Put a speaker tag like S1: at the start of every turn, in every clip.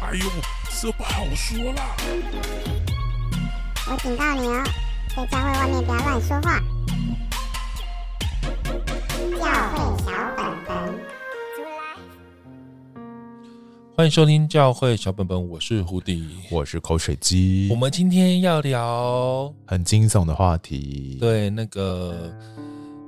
S1: 哎呦，这不好说啦。
S2: 我警告你哦，在教会外面不要乱说话。教会小本本，
S3: 欢迎收听教会小本本，我是胡迪。
S4: 我是口水鸡
S3: 我，们今天要聊
S4: 很惊悚的话题。
S3: 对那个，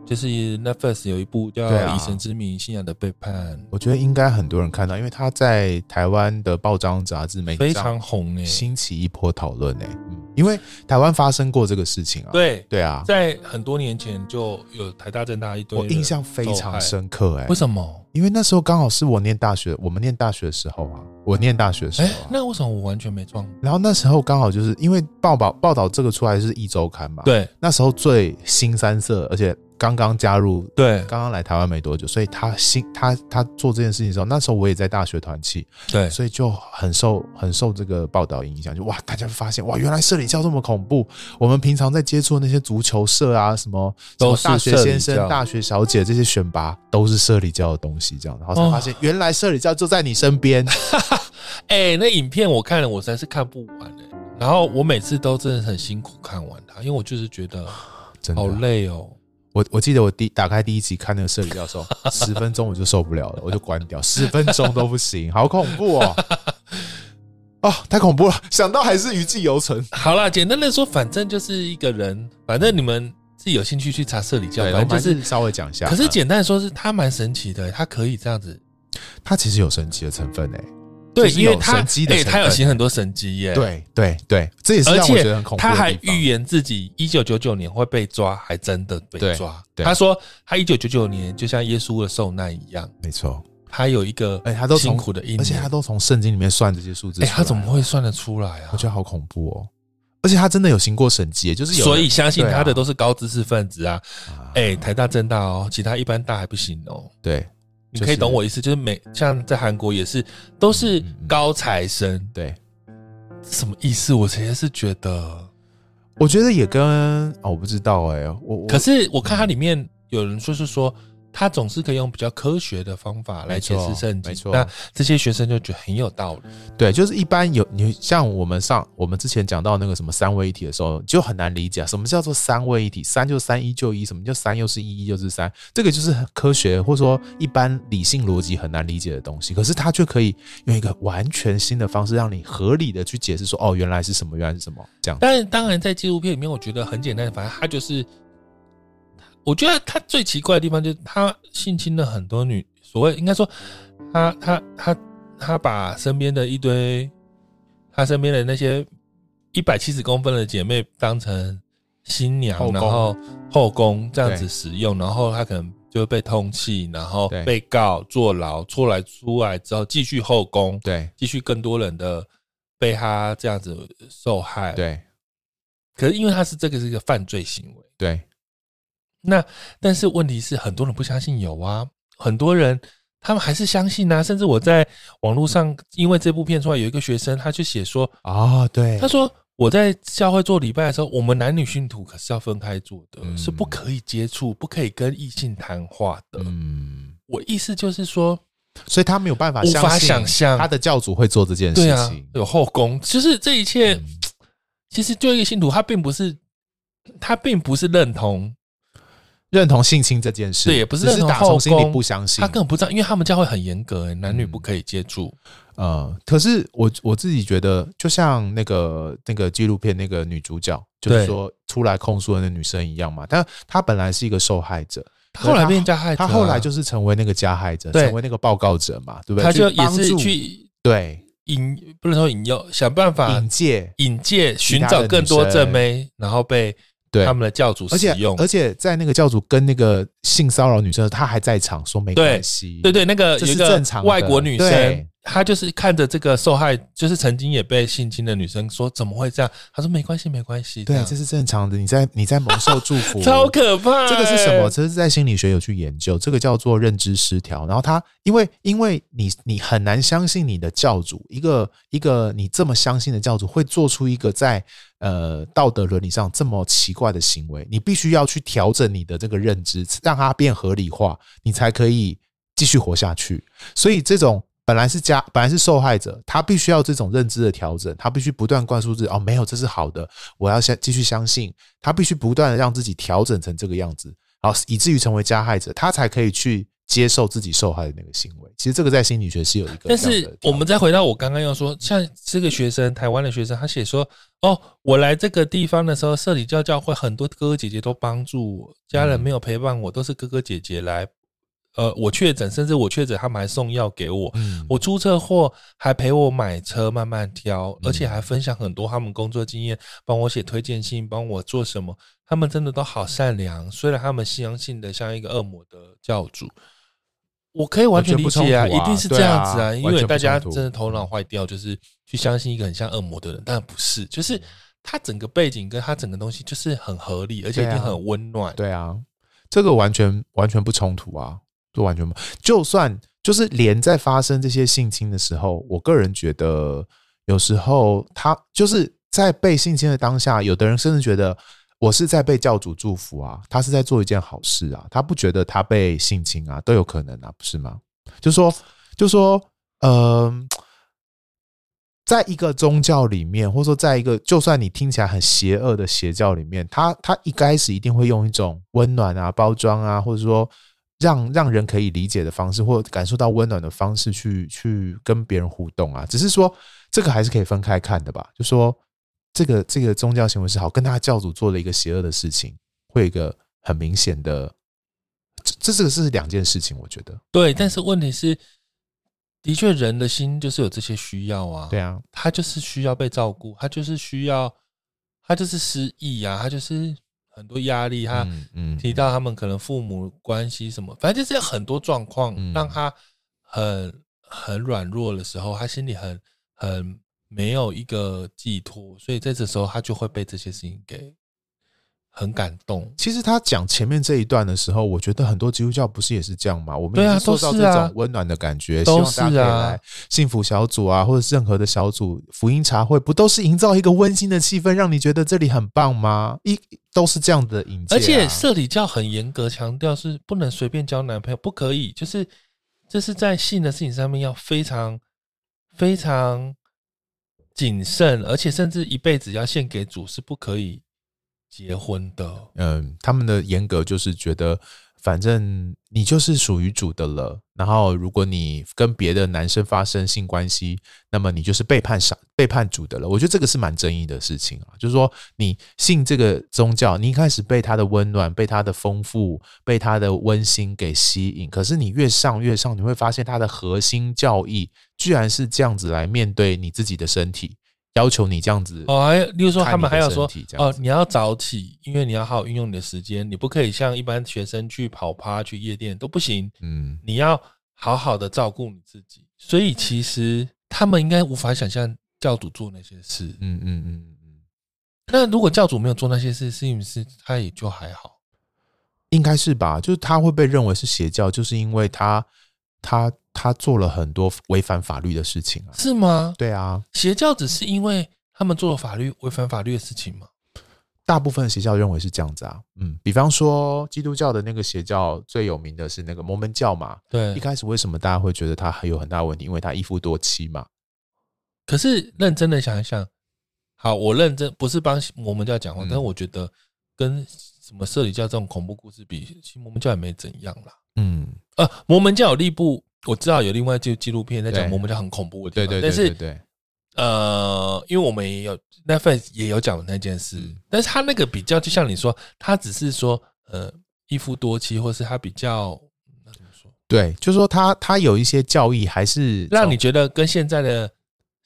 S3: 就是 Netflix 有一部叫
S4: 对
S3: 《
S4: 啊
S3: 以神之名：信仰的背叛
S4: 我觉得应该很多人看到，因为他在台湾的报章杂志媒》，体
S3: 非
S4: 上
S3: 常红欸诶、
S4: 兴起一波讨论呢。嗯，因为台湾发生过这个事情啊。
S3: 对，
S4: 对啊，
S3: 在很多年前就有台大、政大一堆，
S4: 我印象非常。深刻哎、
S3: 为什么？
S4: 因为那时候刚好是我念大学，我们念大学的时候啊，我念大学的时
S3: 哎、
S4: 候、啊。
S3: 那为什么我完全没撞？
S4: 然后那时候刚好就是因为报道报道这个出来是一周刊嘛，，
S3: 对
S4: 那时候最新三色，而且刚刚加入
S3: 对
S4: 刚刚来台湾没多久，所以他新他他做这件事情的时候，那时候我也在大学团契，
S3: 对，
S4: 所以就很受很受这个报道影响，就哇，大家发现哇，原来社里教这么恐怖。我们平常在接触的那些足球社啊，什么什
S3: 都
S4: 么
S3: 是
S4: 大学先
S3: 社里教
S4: 生、大学小姐这些选拔，都是社里教的东西，这样，然后
S3: 哦
S4: 才发现原来社里教就在你 身边。
S3: 哎、那影片我看了，我实在是看不完哎、然后我每次都真的很辛苦看完它，因为我就是觉得
S4: 真的啊
S3: 好，累哦。
S4: 我我记得我第打开第一集看那个社里教的时候，十分钟我就受不了了，我就关掉，十分钟都不行，好恐怖哦。哦，太恐怖了！想到还是余悸犹存。
S3: 好啦，简单的说，反正就是一个人，反正你们自己有兴趣去查社里教，
S4: 对，我
S3: 反
S4: 们
S3: 正
S4: 还
S3: 就是
S4: 是。稍微讲一下。
S3: 可是
S4: 嗯
S3: 简单的说是，他蛮神奇的，他可以这样子，
S4: 它其实有神奇的成分诶、欸
S3: 对，
S4: 就是
S3: 因为
S4: 有
S3: 他
S4: 神机的
S3: 哎
S4: 成分
S3: 他有行很多神机耶，，
S4: 对对对，这也是
S3: 而
S4: 让我觉得
S3: 且
S4: 很恐怖
S3: 他
S4: 的地方。
S3: 还预言自己一九九九年会被抓，还真的被
S4: 对
S3: 抓。
S4: 对
S3: 他说他一九九九年就像耶稣的受难一样，
S4: 没错，
S3: 他有一个
S4: 哎，他都
S3: 辛
S4: 从
S3: 苦的一年，
S4: 而且他都从圣经里面算这些数字出
S3: 哎、
S4: 来。
S3: 他怎么会算得出来啊？
S4: 我觉得好恐怖哦！而且他真的有行过审计耶，就是有人
S3: 所以相信他的
S4: 对啊
S3: 都是高知识分子啊，
S4: 啊
S3: 哎、台大、政大哦，其他一般大还不行哦。
S4: 对
S3: 你
S4: 就是嗯
S3: 可以懂我意思，就是每像在韩国也是都是高材生，
S4: 对，
S3: 什么意思？我其实是觉得，
S4: 我觉得也跟哦，我不知道哎，我我
S3: 可是我看它里面有人就是说，他总是可以用比较科学的方法来解释圣经，
S4: 没错
S3: 那这些学生就觉得很有道理。
S4: 对，就是一般有你像我们上我们之前讲到那个什么三位一体的时候，就很难理解啊什么叫做三位一体，三就三一就一，什么叫三又是一一又是三，这个就是很科学或者说一般理性逻辑很难理解的东西，可是它却可以用一个完全新的方式，让你合理的去解释说，哦，原来是什么，原来是什么，这样
S3: 但是当然，在纪录片里面，我觉得很简单，反正他就是，我觉得他最奇怪的地方就是他性侵了很多女，所谓应该说他他他他把身边的一堆他身边的那些一百七十公分的姐妹当成新
S4: 后
S3: 娘，
S4: 宫
S3: 然后后宫这样子使用，然后他可能就会被通气，然后
S4: 对
S3: 被告坐牢，出来出来之后继续后宫，
S4: 对
S3: 继续更多人的被他这样子受害，
S4: 对
S3: 可是因为他是这个是一个犯罪行为，
S4: 对，
S3: 那但是问题是很多人不相信有啊，很多人他们还是相信啊，甚至我在网络上因为这部片出来，有一个学生他就写说，
S4: 哦对，
S3: 他说我在教会做礼拜的时候，我们男女信徒可是要分开做的，
S4: 嗯
S3: 是不可以接触，不可以跟异性谈话的。
S4: 嗯，
S3: 我意思就是说，
S4: 所以他没有办法
S3: 无
S4: 相
S3: 法
S4: 信
S3: 想象
S4: 他的教主会做这件事
S3: 对啊
S4: 情，，
S3: 有后宫，就是这一切，
S4: 嗯
S3: 其实就一个信徒，他并不是他并不是认同
S4: 认同性侵这件事，
S3: 对也不是
S4: 只是
S3: 认同
S4: 打
S3: 后
S4: 从心里
S3: 宫
S4: 不相信，
S3: 他根本不知道，因为他们教会很严格、欸，男女
S4: 嗯
S3: 不可以接触。
S4: 呃，可是我我自己觉得，就像那个那个纪录片那个女主角，就
S3: 对
S4: 是说出来控诉的那女生一样嘛。但她本来是一个受害者，
S3: 他后来变加害者啊、
S4: 她后来就是成为那个加害者，
S3: 对
S4: 成为那个报告者嘛，对不对？
S3: 他就
S4: 去
S3: 也
S4: 帮
S3: 是
S4: 助
S3: 去
S4: 对
S3: 引，不能说引诱，想办法
S4: 引介
S3: 引介
S4: 其
S3: 寻
S4: 他的
S3: 找更多
S4: 女生
S3: 正妹，然后被
S4: 对
S3: 他。们的教主
S4: 而
S3: 使
S4: 且
S3: 用。
S4: 而且，在那个教主跟那个性骚扰女生的时候，她还在场，说没
S3: 对
S4: 关系。
S3: 对对，那个
S4: 呃这
S3: 有
S4: 是
S3: 一个
S4: 正常的
S3: 外国女生
S4: 对，
S3: 她就是看着这个受害，就是曾经也被性侵的女生说怎么会这样？她说没关系，没关系。
S4: 对，啊
S3: 样
S4: 这是正常的。你在你在蒙受祝福，
S3: 超可怕、
S4: 这个是什
S3: 欸
S4: 么？这是在心理学有去研究，这个叫做认知失调。然后他因为因为你你很难相信你的教主，一个一个你这么相信的教主会做出一个在呃道德伦理上这么奇怪的行为，你必须要去调整你的这个认知，让它变合理化，你才可以继续活下去。所以这种。本来是加本来是受害者，他必须要这种认知的调整，他必须不断灌输自己哦，没有这是好的，我要相继续相信，他必须不断的让自己调整成这个样子，然后以至于成为加害者，他才可以去接受自己受害的那个行为。其实这个在心理学是有一个这
S3: 但
S4: 样的调整，
S3: 是我们再回到我刚刚要说，像这个学生，台湾的学生，他写说：“哦，我来这个地方的时候，社里教教会很多哥哥姐姐都帮助我，家
S4: 嗯
S3: 人没有陪伴我，都是哥哥姐姐来。呃，我确诊，甚至我确诊，他们还送药给我。
S4: 嗯
S3: 我出车祸还陪我买车，慢慢挑，
S4: 嗯
S3: 而且还分享很多他们工作经验，帮我写推荐信，帮我做什么。他们真的都好善良，虽然他们信仰信的像一个恶魔的教主，我可以完全理解啊，
S4: 完全不冲突啊
S3: 一定是这样子啊，
S4: 对啊
S3: 因
S4: 完
S3: 为
S4: 全不
S3: 大家
S4: 冲
S3: 真
S4: 突嗯
S3: 的头脑坏掉，就是去相信一个很像恶魔的人，但不是，
S4: 嗯
S3: 就是他整个背景跟他整个东西就是很合理，而且一定
S4: 对啊
S3: 很温暖。
S4: 对啊，这个完全完全不冲突啊，这完全不，就算就是连在发生这些性侵的时候，我个人觉得有时候他就是在被性侵的当下，有的人甚至觉得我是在被教主祝福啊，他是在做一件好事啊，他不觉得他被性侵啊，都有可能啊，不是吗？就说就说，呃，在一个宗教里面，或者说在一个就算你听起来很邪恶的邪教里面，他他一开始一定会用一种温暖啊、包装啊，或者说让让人可以理解的方式，或感受到温暖的方式去去跟别人互动啊。只是说这个还是可以分开看的吧，就说这个这个宗教行为是好，跟他的教主做了一个邪恶的事情，会有一个很明显的。这这这个是两件事情，我觉得，
S3: 对，但是问题是，的确人的心就是有这些需要啊。
S4: 对啊，
S3: 他就是需要被照顾，他就是需要，他就是失忆啊，他就是很多压力，他
S4: 嗯嗯
S3: 提到他们可能父母关系什么，反正就是有很多状况
S4: 嗯
S3: 让他很很软弱的时候，他心里很很没有一个寄托，所以在这时候他就会被这些事情给很感动。
S4: 其实他讲前面这一段的时候，我觉得很多基督教不是也是这样吗？我们
S3: 对啊
S4: 也受到
S3: 都
S4: 这
S3: 是啊
S4: 种温暖的感觉，希
S3: 都
S4: 望
S3: 是
S4: 大家可以
S3: 啊
S4: 来幸福小组啊，或者是任何的小组福音茶会，不都是营造一个温馨的气氛，让你觉得这里很棒吗？一都是这样的引介啊、
S3: 而且社里教很严格强调是不能随便交男朋友，不可以，就是这是在性的事情上面要非常非常谨慎，而且甚至一辈子要献给主是不可以结婚的。
S4: 嗯，他们的严格就是觉得，反正你就是属于主的了。然后，如果你跟别的男生发生性关系，那么你就是背叛上背叛主的了。我觉得这个是蛮争议的事情啊，就是说你信这个宗教，你一开始被他的温暖、被他的丰富、被他的温馨给吸引，可是你越上越上，你会发现他的核心教义居然是这样子来面对你自己的身体，要求你这样子。
S3: 哦，还有例如说他们还有说
S4: 看你的身体这样
S3: 哦
S4: 子，
S3: 你要早起，因为你要好好运用你的时间，你不可以像一般学生去跑趴、去夜店都不行，
S4: 嗯，
S3: 你要好好的照顾你自己。所以其实他们应该无法想象教主做那些事。
S4: 嗯嗯嗯嗯嗯。
S3: 那如果教主没有做那些事，是不是他也就还好？
S4: 应该是吧？就是他会被认为是邪教，就是因为他他他做了很多违反法律的事情啊。
S3: 是吗？
S4: 对啊，
S3: 邪教只是因为他们做了法律违反法律的事情吗？
S4: 大部分的邪教认为是这样子啊。嗯，比方说基督教的那个邪教最有名的是那个摩门教嘛。一
S3: 对。
S4: 开始为什么大家会觉得他很有很大的问题？因为他一夫多妻嘛。
S3: 可是认真的想一想，好，我认真不是帮我们教讲话，
S4: 嗯
S3: 但是我觉得跟什么社里教这种恐怖故事比，其实我们教也没怎样啦。
S4: 嗯，
S3: 呃，摩门教有另一部，我知道有另外就纪录片在讲
S4: 对
S3: 摩门教很恐怖的地方，
S4: 对对对
S3: 但
S4: 对
S3: 是
S4: 对，
S3: 呃，因为我们也有 Netflix 也有讲那件事，
S4: 嗯
S3: 但是他那个比较，就像你说，他只是说呃一夫多妻，或是他比较那怎么说，
S4: 对，就是说他他有一些教义还是
S3: 让你觉得跟现在的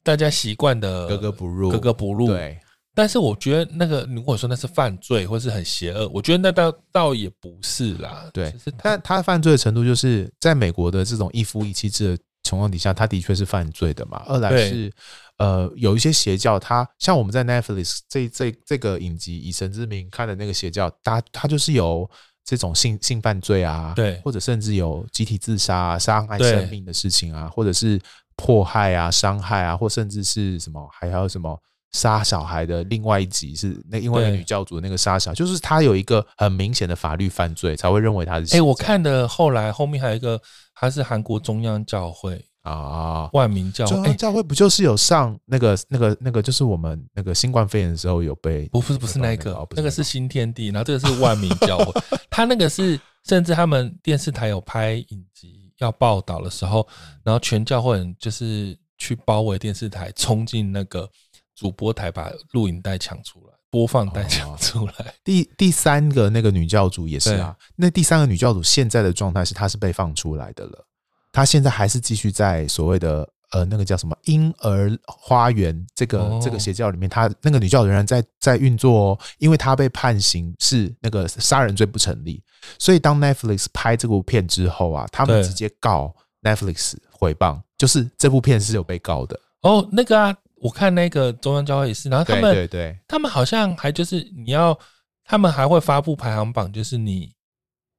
S3: 大家习惯的
S4: 格格不入，
S3: 格格不入。，
S4: 对，
S3: 但是我觉得那个如果说那是犯罪或是很邪恶，我觉得那倒倒也不是啦。
S4: 对
S3: 就是他
S4: 但他犯罪的程度，就是在美国的这种一夫一妻制的情况底下，他的确是犯罪的嘛。二来
S3: 对
S4: 是，呃，有一些邪教，他像我们在 Netflix 这这这个影集《以神之名》看的那个邪教，他他就是有这种性性犯罪啊，
S3: 对
S4: 或者甚至有集体自杀、啊、伤害
S3: 对
S4: 生命的事情啊，或者是迫害啊、伤害啊，或甚至是什么，还有什么。杀小孩的另外一集是那因为
S3: 对
S4: 女教主那个杀小，就是他有一个很明显的法律犯罪，才会认为他是邪
S3: 哎、
S4: 教。
S3: 我看的后来后面还有一个，他是韩国中央教会，
S4: 啊。
S3: 万民教
S4: 中
S3: 会，哎、
S4: 央教会不就是有上那个那个那个，就是我们那个新冠肺炎的时候有被
S3: 不是不是那个
S4: 哦，不
S3: 那个是新天地，然后这个是万民教 会，他那个是甚至他们电视台有拍影集要报道的时候，然后全教会人就是去包围电视台，冲进那个主播台，把录影带抢出来，播放
S4: 哦
S3: 带抢出来。
S4: 第第三个那个女教主也是啊，那第三个女教主现在的状态是她是被放出来的了，她现在还是继续在所谓的呃那个叫什么婴儿花园这个、
S3: 哦
S4: 这个邪教里面，她那个女教主仍然在在运作哦，因为她被判刑是那个杀人罪不成立，所以当 Netflix 拍这部片之后啊，他们
S3: 对
S4: 直接告 Netflix 毁谤，就是这部片是有被告的，
S3: 哦，那个啊，我看那个中央教会也是，然后他
S4: 对
S3: 们
S4: 对对，
S3: 他们好像还就是你要，他们还会发布排行榜，就是你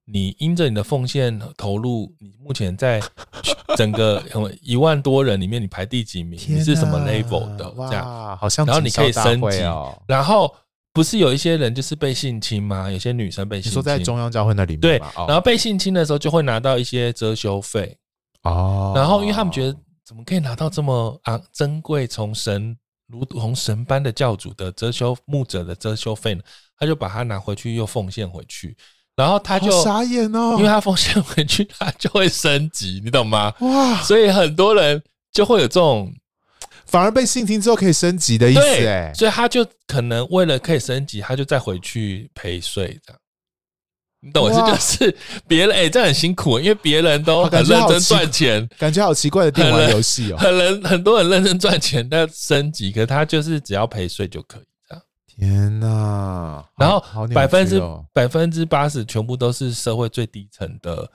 S3: 你因着你的奉献投入，你目前在整个呃一万多人里面你排第几名，你是什么
S4: 天哪
S3: level 的这样，
S4: 哇，好像
S3: 然后你可以
S4: 警校大
S3: 升
S4: 会
S3: 级
S4: 哦。
S3: 然后不是有一些人就是被性侵吗？有些女生被
S4: 你
S3: 性
S4: 说在
S3: 侵。
S4: 中央教会那里面
S3: 对
S4: 嘛，哦
S3: 然后被性侵的时候就会拿到一些遮羞费，
S4: 哦，
S3: 然后因为他们觉得怎么可以拿到这么昂珍贵从神如同神般的教主的遮羞牧者的遮羞费呢？他就把它拿回去又奉献回去，然后他
S4: 他
S3: 就
S4: 傻眼哦，
S3: 因为他奉献回去，他就会升级，你懂吗？
S4: 哇，
S3: 所以很多人就会有这种
S4: 反而被性侵之后可以升级的意思哎
S3: 对，，所以他就可能为了可以升级，他就再回去陪睡这样。你懂我意思？
S4: 哇
S3: 就是别人哎、这很辛苦，因为别人都
S4: 好感
S3: 很
S4: 觉
S3: 认
S4: 好
S3: 真
S4: 奇
S3: 赚钱，
S4: 感觉好奇怪的电玩游戏哦，
S3: 很人很多人认真赚钱，但升级，可是他就是只要陪睡就可以这样。
S4: 天哪！
S3: 然后
S4: 好
S3: 百分之
S4: 好扭曲哦
S3: 百分之八十全部都是社会最低层的，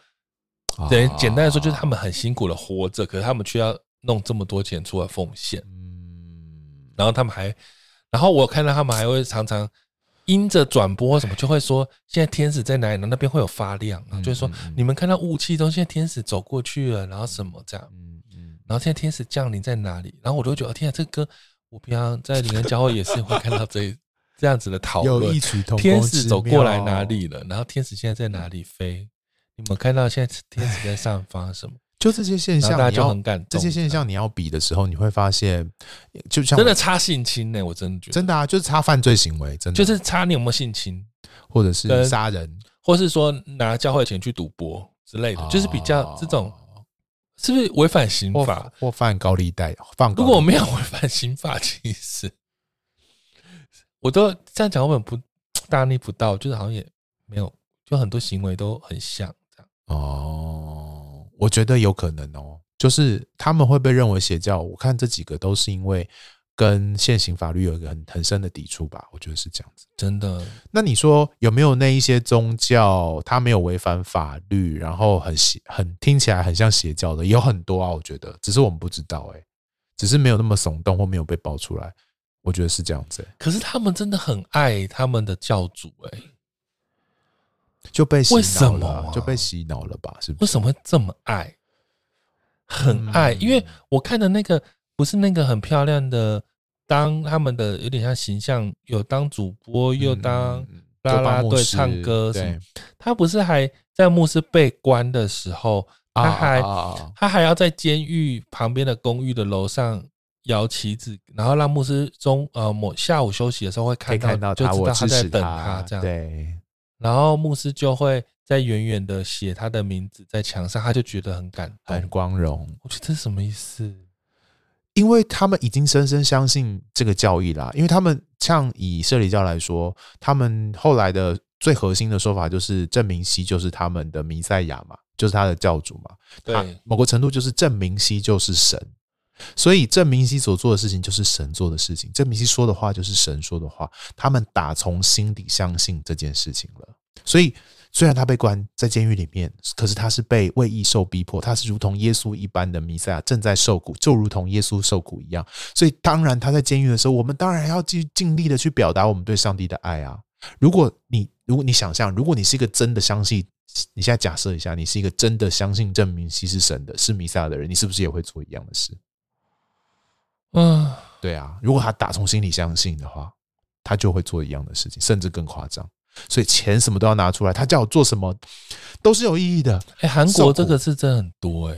S4: 哦
S3: 简简单来说就是他们很辛苦的活着，可是他们却要弄这么多钱出来奉献，
S4: 嗯
S3: 然后他们还，然后我看到他们还会常常。因着转播什么，就会说现在天使在哪里呢？那边会有发亮，然后就会说
S4: 嗯嗯
S3: 你们看到雾气中，现在天使走过去了，然后什么这样。
S4: 嗯嗯，
S3: 然后现在天使降临在哪里？然后我就会觉得，哦天啊，这个歌我平常在灵恩教会也是会看到这这样子的讨
S4: 有
S3: 论
S4: 异，曲同工
S3: 天使
S4: 之
S3: 走过来
S4: 妙
S3: 哪里了？然后天使现在在哪里飞？你们看到现在天使在上方什么？
S4: 就这些现
S3: 然
S4: 象，
S3: 后大家
S4: 你
S3: 就
S4: 要
S3: 很感动。
S4: 这些现象你要比的时候，你会发现，就像
S3: 真的差性侵呢、我真的觉得
S4: 真的啊，就是差犯罪行为，真的
S3: 就是差你有没有性侵，
S4: 或者是
S3: 跟
S4: 杀人
S3: 或是说拿教会钱去赌博之类的，就是比较这种是不是违反刑
S4: 或
S3: 法？
S4: 或犯高利贷，放
S3: 如果我没有违反刑法，其实我都这样讲，我很不大逆不道，就是好像也没有，就很多行为都很像这样。
S4: 哦，我觉得有可能哦，就是他们会被认为邪教。我看这几个都是因为跟现行法律有一个很很深的抵触吧，我觉得是这样子。
S3: 真的，
S4: 那你说有没有那一些宗教，它没有违反法律，然后很邪很听起来很像邪教的，有很多啊，我觉得，只是我们不知道哎、只是没有那么耸动或没有被爆出来，我觉得是这样子、欸，
S3: 可是他们真的很爱他们的教主、欸，哎，
S4: 欸就被洗
S3: 为什
S4: 脑了
S3: 么
S4: 啊，
S3: 啊
S4: 就被洗脑了吧？是不
S3: 为
S4: 是？
S3: 什么会这么爱？很爱，
S4: 嗯
S3: 因为我看的那个不是那个很漂亮的，当他们的有点像形象，有当主播又当
S4: 嗯嗯嗯
S3: 啦啦
S4: 就帮牧
S3: 队
S4: 师
S3: 唱歌什
S4: 对
S3: 么，他不是还在牧师被关的时候，他
S4: 啊
S3: 还
S4: 啊啊啊
S3: 他还要在监狱旁边的公寓的楼上摇旗子，然后让牧师中呃某下午休息的时候会
S4: 可以
S3: 看到，
S4: 看到
S3: 就
S4: 他，
S3: 知
S4: 我
S3: 道
S4: 支
S3: 在
S4: 持
S3: 等
S4: 他
S3: 这样。
S4: 对，
S3: 然后牧师就会在远远的写他的名字在墙上，他就觉得很感
S4: 很
S3: 动。
S4: 光荣，
S3: 我觉得这是什么意思？
S4: 因为他们已经深深相信这个教义啦。因为他们像以社里教来说，他们后来的最核心的说法就是郑明熙就是他们的弥赛亚嘛，就是他的教主嘛。
S3: 对
S4: 他某个程度就是郑明熙就是神。所以郑明熙所做的事情就是神做的事情，郑明熙说的话就是神说的话。他们打从心底相信这件事情了。所以虽然他被关在监狱里面，可是他是被为义受逼迫，他是如同耶稣一般的弥赛亚，正在受苦，就如同耶稣受苦一样。所以当然他在监狱的时候，我们当然要尽尽力的去表达我们对上帝的爱啊。如果你如果你想象，如果你是一个真的相信，你现在假设一下，你是一个真的相信证明西是神的，是弥赛亚的人，你是不是也会做一样的事？
S3: 嗯，
S4: 对啊，如果他打从心里相信的话，他就会做一样的事情，甚至更夸张。所以钱什么都要拿出来，他叫我做什么都是有意义的。
S3: 哎，韩
S4: 受
S3: 国
S4: 苦
S3: 这个是真的很多哎、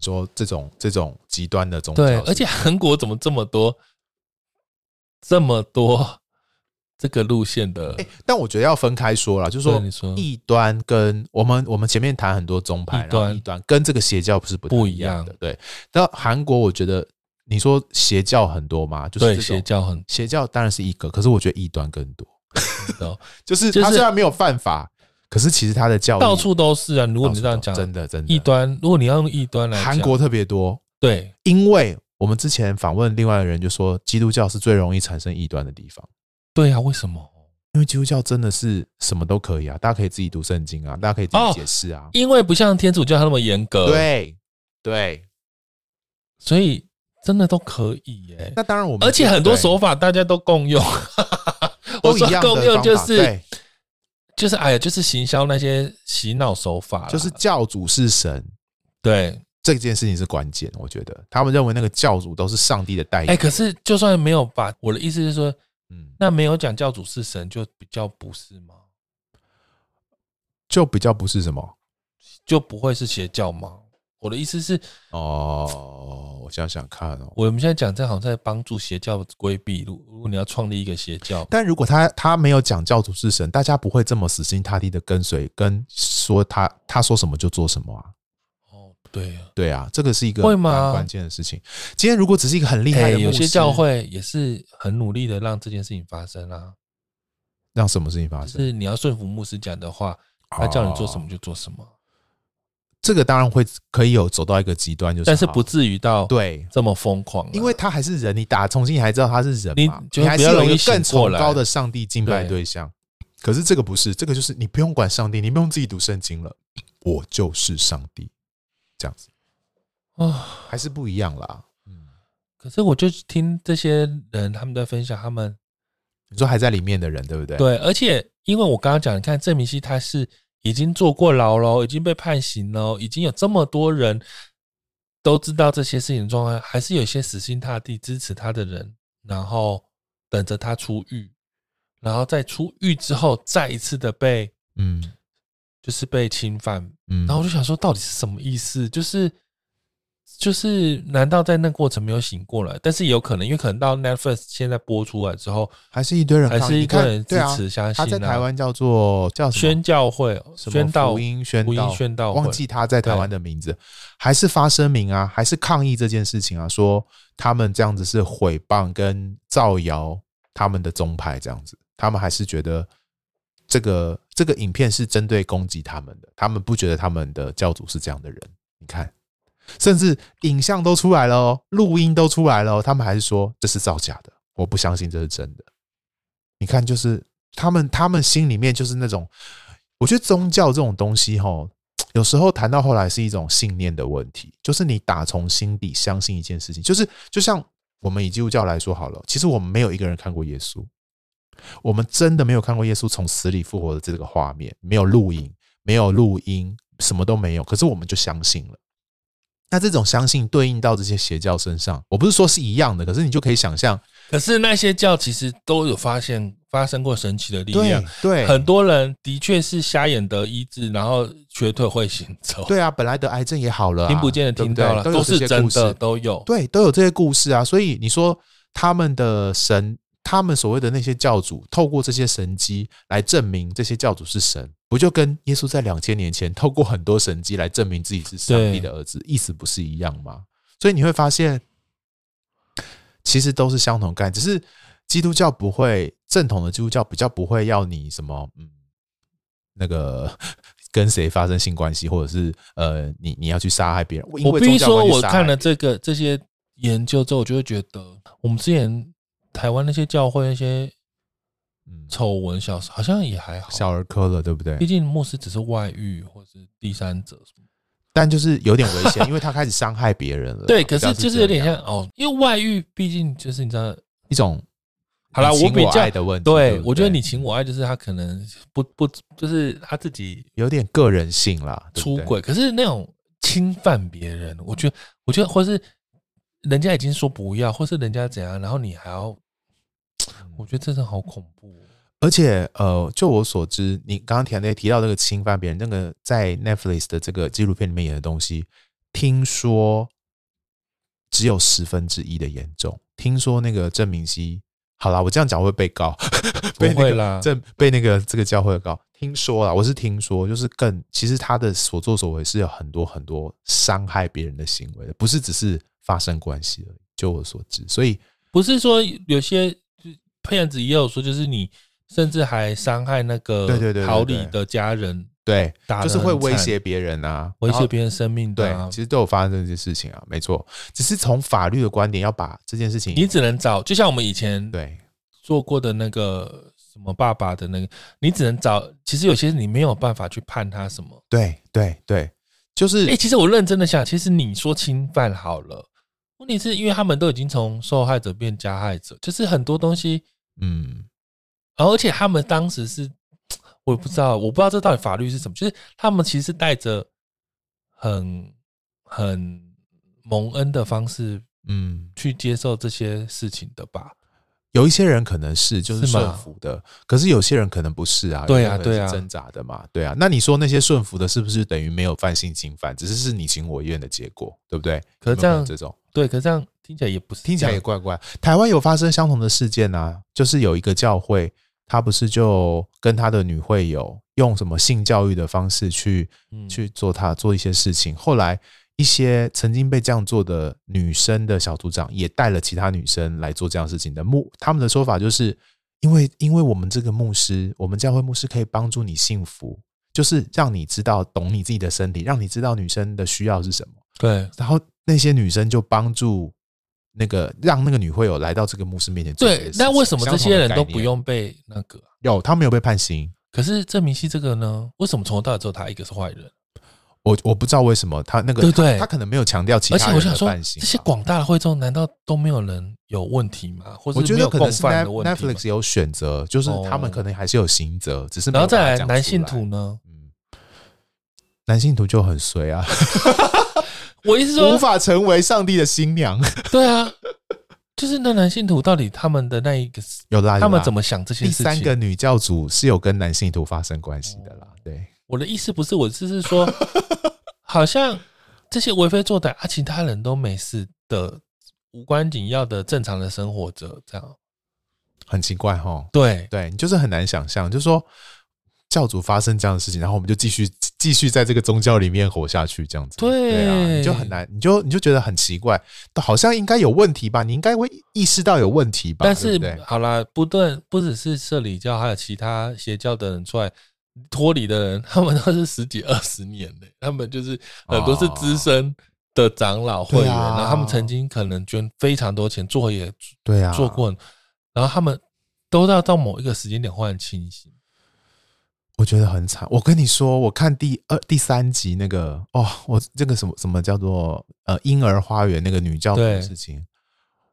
S4: 说这种这种极端的宗教
S3: 对
S4: 是，不是，
S3: 而且韩国怎么这么多这么多这个路线的？
S4: 哎、但我觉得要分开说了，就是
S3: 对
S4: 说
S3: 你说
S4: 异端跟我们我们前面谈很多宗派，
S3: 异
S4: 然后
S3: 端
S4: 异端跟这个邪教不是不太
S3: 不一
S4: 一样的
S3: 样。
S4: 对，那韩国我觉得你说邪教很多吗？就是
S3: 对，
S4: 这种
S3: 邪教很
S4: 邪教当然是一个，可是我觉得异端更 多。
S3: 多，
S4: 就是
S3: 就是
S4: 他虽然没有犯法，可是其实他的教义
S3: 到处都是啊。如果你这样讲，
S4: 真的真的
S3: 异端，如果你要用异端来讲
S4: 韩国特别多，
S3: 对
S4: 因为我们之前访问另外的人就说，基督教是最容易产生异端的地方。
S3: 对啊，为什么？
S4: 因为基督教真的是什么都可以啊，大家可以自己读圣经啊，大家可以自
S3: 哦
S4: 己解释啊。
S3: 因为不像天主教他那么严格，，
S4: 对对，
S3: 所以真的都可以耶、
S4: 那当然我们
S3: 而且很多
S4: 对
S3: 手法大家都共 用，
S4: 都
S3: 我
S4: 一
S3: 说
S4: 样的
S3: 共用
S4: 方
S3: 就
S4: 法
S3: 是
S4: 对
S3: 就是哎呀，就是行销那些洗脑手法啦，
S4: 就是教主是神
S3: 对，
S4: 这件事情是关键，我觉得他们认为那个教主都是上帝的代
S3: 哎、
S4: 言。
S3: 可是就算没有把我的意思是说，
S4: 嗯，
S3: 那没有讲教主是神，就比较不是吗？
S4: 就比较不是什么
S3: 就不会是邪教吗？我的意思是，
S4: 哦，我想想看哦。
S3: 我们现在讲这好像在帮助邪教规避。如如果你要创立一个邪教，
S4: 但如果他他没有讲教主是神，大家不会这么死心塌地的跟随，跟说他他说什么就做什么啊。
S3: 哦，对啊，
S4: 对啊，这个是一个
S3: 会吗
S4: 蛮关键的事情。今天如果只是一个很厉害
S3: 哎、
S4: 的、
S3: 有些教，会也是很努力的让这件事情发生啊。
S4: 让什么事情发
S3: 就
S4: 生？
S3: 是你要顺服牧师讲的话，他叫你做什么
S4: 哦
S3: 就做什么，
S4: 这个当然会可以有走到一个极端，就是
S3: 但是
S4: 好
S3: 不至于到
S4: 对，
S3: 这么疯狂啊、
S4: 因为他还是人，你打从心里还知道他是人嘛，
S3: 你就
S4: 你还
S3: 比
S4: 是
S3: 较
S4: 有
S3: 容易
S4: 一个更
S3: 醒过
S4: 崇
S3: 来
S4: 高的上帝敬拜
S3: 对
S4: 对象。可是这个不是，这个就是你不用管上帝，你不用自己读圣经了，我就是上帝，这样子
S3: 啊，
S4: 还是不一样啦。
S3: 可是我就听这些人他们在分享他们
S4: 你说还在里面的人，对不对？，
S3: 对，而且因为我刚刚讲，你看郑明熙他是已经坐过牢喽，已经被判刑喽，已经有这么多人都知道这些事情的状况，还是有些死心塌地支持他的人，然后等着他出狱，然后在出狱之后再一次的被
S4: 嗯
S3: 就是被侵犯，
S4: 嗯。
S3: 然后我就想说，到底是什么意思？就是就是，难道在那过程没有醒过来？但是也有可能，因为可能到 Netflix 现在播出来之后，
S4: 还是一堆人
S3: 还
S4: 抗议，
S3: 是一堆人
S4: 你看对
S3: 支持
S4: 啊
S3: 相信啊
S4: 他在台湾叫做叫什么
S3: 宣教会、哦
S4: 什么
S3: 宣道
S4: 福音宣
S3: 福音
S4: 道
S3: 宣道会
S4: 忘记他在台湾的名字，还是发声明啊，还是抗议这件事情啊，说他们这样子是毁谤跟造谣他们的宗派这样子，他们还是觉得这个这个影片是针对攻击他们的，他们不觉得他们的教主是这样的人，你看。甚至影像都出来了哦，录音都出来了哦，他们还是说这是造假的，我不相信这是真的。你看，就是他们他们心里面就是那种，我觉得宗教这种东西哈，有时候谈到后来是一种信念的问题，就是你打从心底相信一件事情，就是就像我们以基督教来说好了，其实我们没有一个人看过耶稣，我们真的没有看过耶稣从死里复活的这个画面，没有录影，没有录音，什么都没有，可是我们就相信了。那这种相信对应到这些邪教身上，我不是说是一样的，可是你就可以想象，
S3: 可是那些教其实都有发现发生过神奇的力量
S4: 对，对，
S3: 很多人的确是瞎眼得医治，然后瘸腿会行走，
S4: 对啊，本来得癌症也好了啊、
S3: 哦听不见的听到了，
S4: 对不
S3: 都
S4: 对都有
S3: 是
S4: 这些
S3: 真
S4: 故
S3: 的，
S4: 事，
S3: 都有。
S4: 对，都有这些故事啊。所以你说他们的神，他们所谓的那些教主，透过这些神迹来证明这些教主是神，不就跟耶稣在两千年前透过很多神迹来证明自己是上帝的儿子，意思不是一样吗？所以你会发现，其实都是相同概念，只是基督教不会正统的基督教比较不会要你什么嗯那个 跟谁发生性关系，或者是呃你你要去杀害别人。因
S3: 我
S4: 为
S3: 必须
S4: 宗教
S3: 说，
S4: 关系
S3: 我
S4: 杀
S3: 看了
S4: 害别人
S3: 这个这些研究之后，我就会觉得，我们之前台湾那些教会那些
S4: 嗯
S3: 丑闻小事，好像也还好。
S4: 小儿科了，对不对
S3: 毕？竟牧师只是外遇或是第三者什么的，
S4: 但就是有点危 险，因为他开始伤害别人了。
S3: 对，
S4: 比
S3: 可
S4: 较
S3: 是就是有点
S4: 这
S3: 像
S4: 样
S3: 哦，因为外遇毕竟就是你知道，
S4: 一种
S3: 好啦，
S4: 你情
S3: 我比
S4: 我
S3: 较
S4: 爱的问题。对
S3: 对
S4: 不对，
S3: 我觉得你情我爱就是他可能不不就是他自己
S4: 有点个人性啦，对不
S3: 出
S4: 对。
S3: 轨，可是那种侵犯别人，我觉得我觉得或是人家已经说不要，或是人家怎样，然后你还要，
S4: 嗯
S3: 我觉得这真的好恐怖哦。
S4: 而且呃，就我所知，你刚刚提到提到这个侵犯别人，那个在 Netflix 的这个纪录片里面演的东西，听说只有十分之一的严重。听说那个郑明熙，好啦，我这样讲会被告，
S3: 不
S4: 被那
S3: 会
S4: 个
S3: 啦，
S4: 这被那个这个教会告，听说啦，我是听说，就是更其实他的所作所为是有很多很多伤害别人的行为的，不是只是发生关系而已。就我所知，所以
S3: 不是说有些骗子也有说，就是你甚至还伤害那个
S4: 对对对对
S3: 逃离的家人，
S4: 对，
S3: 打得
S4: 就是会
S3: 很惨
S4: 威胁别人啊，
S3: 威
S4: 然后
S3: 胁别人生命的
S4: 对
S3: 啊、，
S4: 其实都有发生这些事情啊，没错。只是从法律的观点，要把这件事情，
S3: 你只能找，就像我们以前
S4: 对
S3: 做过的那个什么爸爸的那个，你只能找。其实有些你没有办法去判他什么。
S4: 对对对，就是
S3: 哎、其实我认真的想，其实你说侵犯好了，问题是因为他们都已经从受害者变加害者，就是很多东西，
S4: 嗯，
S3: 而且他们当时是，我也不知道，我不知道这到底法律是什么，就是他们其实是带着很很蒙恩的方式
S4: 嗯，
S3: 去接受这些事情的吧。
S4: 有一些人可能是就是
S3: 是吗
S4: 顺服的，可是有些人可能不是啊，
S3: 对啊
S4: 有些人可能是
S3: 对啊
S4: 挣扎的嘛，对啊。那你说那些顺服的，是不是等于没有犯性侵犯，只是是你情我愿的结果，对不对？
S3: 可是
S4: 有没有
S3: 这样
S4: 这种
S3: 对，可是这样听起来也不是这样，
S4: 听起来也怪怪。台湾有发生相同的事件啊，就是有一个教会，他不是就跟他的女会友用什么性教育的方式去
S3: 嗯
S4: 去做他做一些事情。后来一些曾经被这样做的女生的小组长也带了其他女生来做这样的事情的牧，他们的说法就是因为因为我们这个牧师，我们教会牧师可以帮助你幸福，就是让你知道懂你自己的身体，让你知道女生的需要是什么。
S3: 对
S4: 然后那些女生就帮助那个让那个女会友来到这个牧师面前做这些
S3: 对
S4: 事。情。
S3: 那为什么这些人
S4: 相
S3: 都
S4: 同的概
S3: 不
S4: 念？
S3: 用被那个啊？
S4: 有，他没有被判刑。
S3: 可是郑明熙这个呢？为什么从头到尾只有他一个是坏人？
S4: 我我不知道为什么他那个
S3: 对不对
S4: 他他可能没有强调其
S3: 而
S4: 他
S3: 且我
S4: 人
S3: 想
S4: 的嗯
S3: 说，
S4: 犯行
S3: 这
S4: 吧。
S3: 些广大的会众难道都没有人有问题吗？或者
S4: 我觉
S3: 没
S4: 得
S3: 有
S4: 可能
S3: 共
S4: 是
S3: 犯
S4: Net-
S3: 的问题吗？
S4: Netflix 有选择，就是他们
S3: 哦
S4: 可能还是有刑责，只是没
S3: 然
S4: 有
S3: 后再
S4: 把它
S3: 来
S4: 讲
S3: 男
S4: 出
S3: 性徒，呢？
S4: 嗯，男性徒就很随啊，
S3: 我意思
S4: 无
S3: 说，
S4: 法成为上帝的新娘。
S3: 对啊，就是那男性徒到底他们的那一个，
S4: 有啦，有
S3: 他们
S4: 啦
S3: 怎么想这些
S4: 哎第
S3: 事情？
S4: 三个女教主是有跟男性徒发生关系的啦？
S3: 哦
S4: 对，
S3: 我的意思不是，我只是说， 好像这些为非作歹啊，其他人都没事的，无关紧要的正常的生活着，这样
S4: 很奇怪哈。
S3: 对。
S4: 对你就是很难想象，就是说教主发生这样的事情，然后我们就继续继续在这个宗教里面活下去，这样子。
S3: 对
S4: 啊，你就很难，你就你就觉得很奇怪，好像应该有问题吧？你应该会意识到有问题吧？
S3: 但是
S4: 对不对
S3: 好啦，不但不只是社里教，还有其他邪教的人出来脱离的人，他们都是十几二十年的、 他们就是很多是资深的长老会员，
S4: 哦对啊
S3: 然后他们曾经可能捐非常多钱，做也
S4: 对啊，
S3: 做过，然后他们都要到某一个时间点忽然清醒。
S4: 我觉得很惨。我跟你说，我看第二、第三集那个哦，我这个什么什么叫做呃婴儿花园那个女教主的
S3: 对
S4: 事情，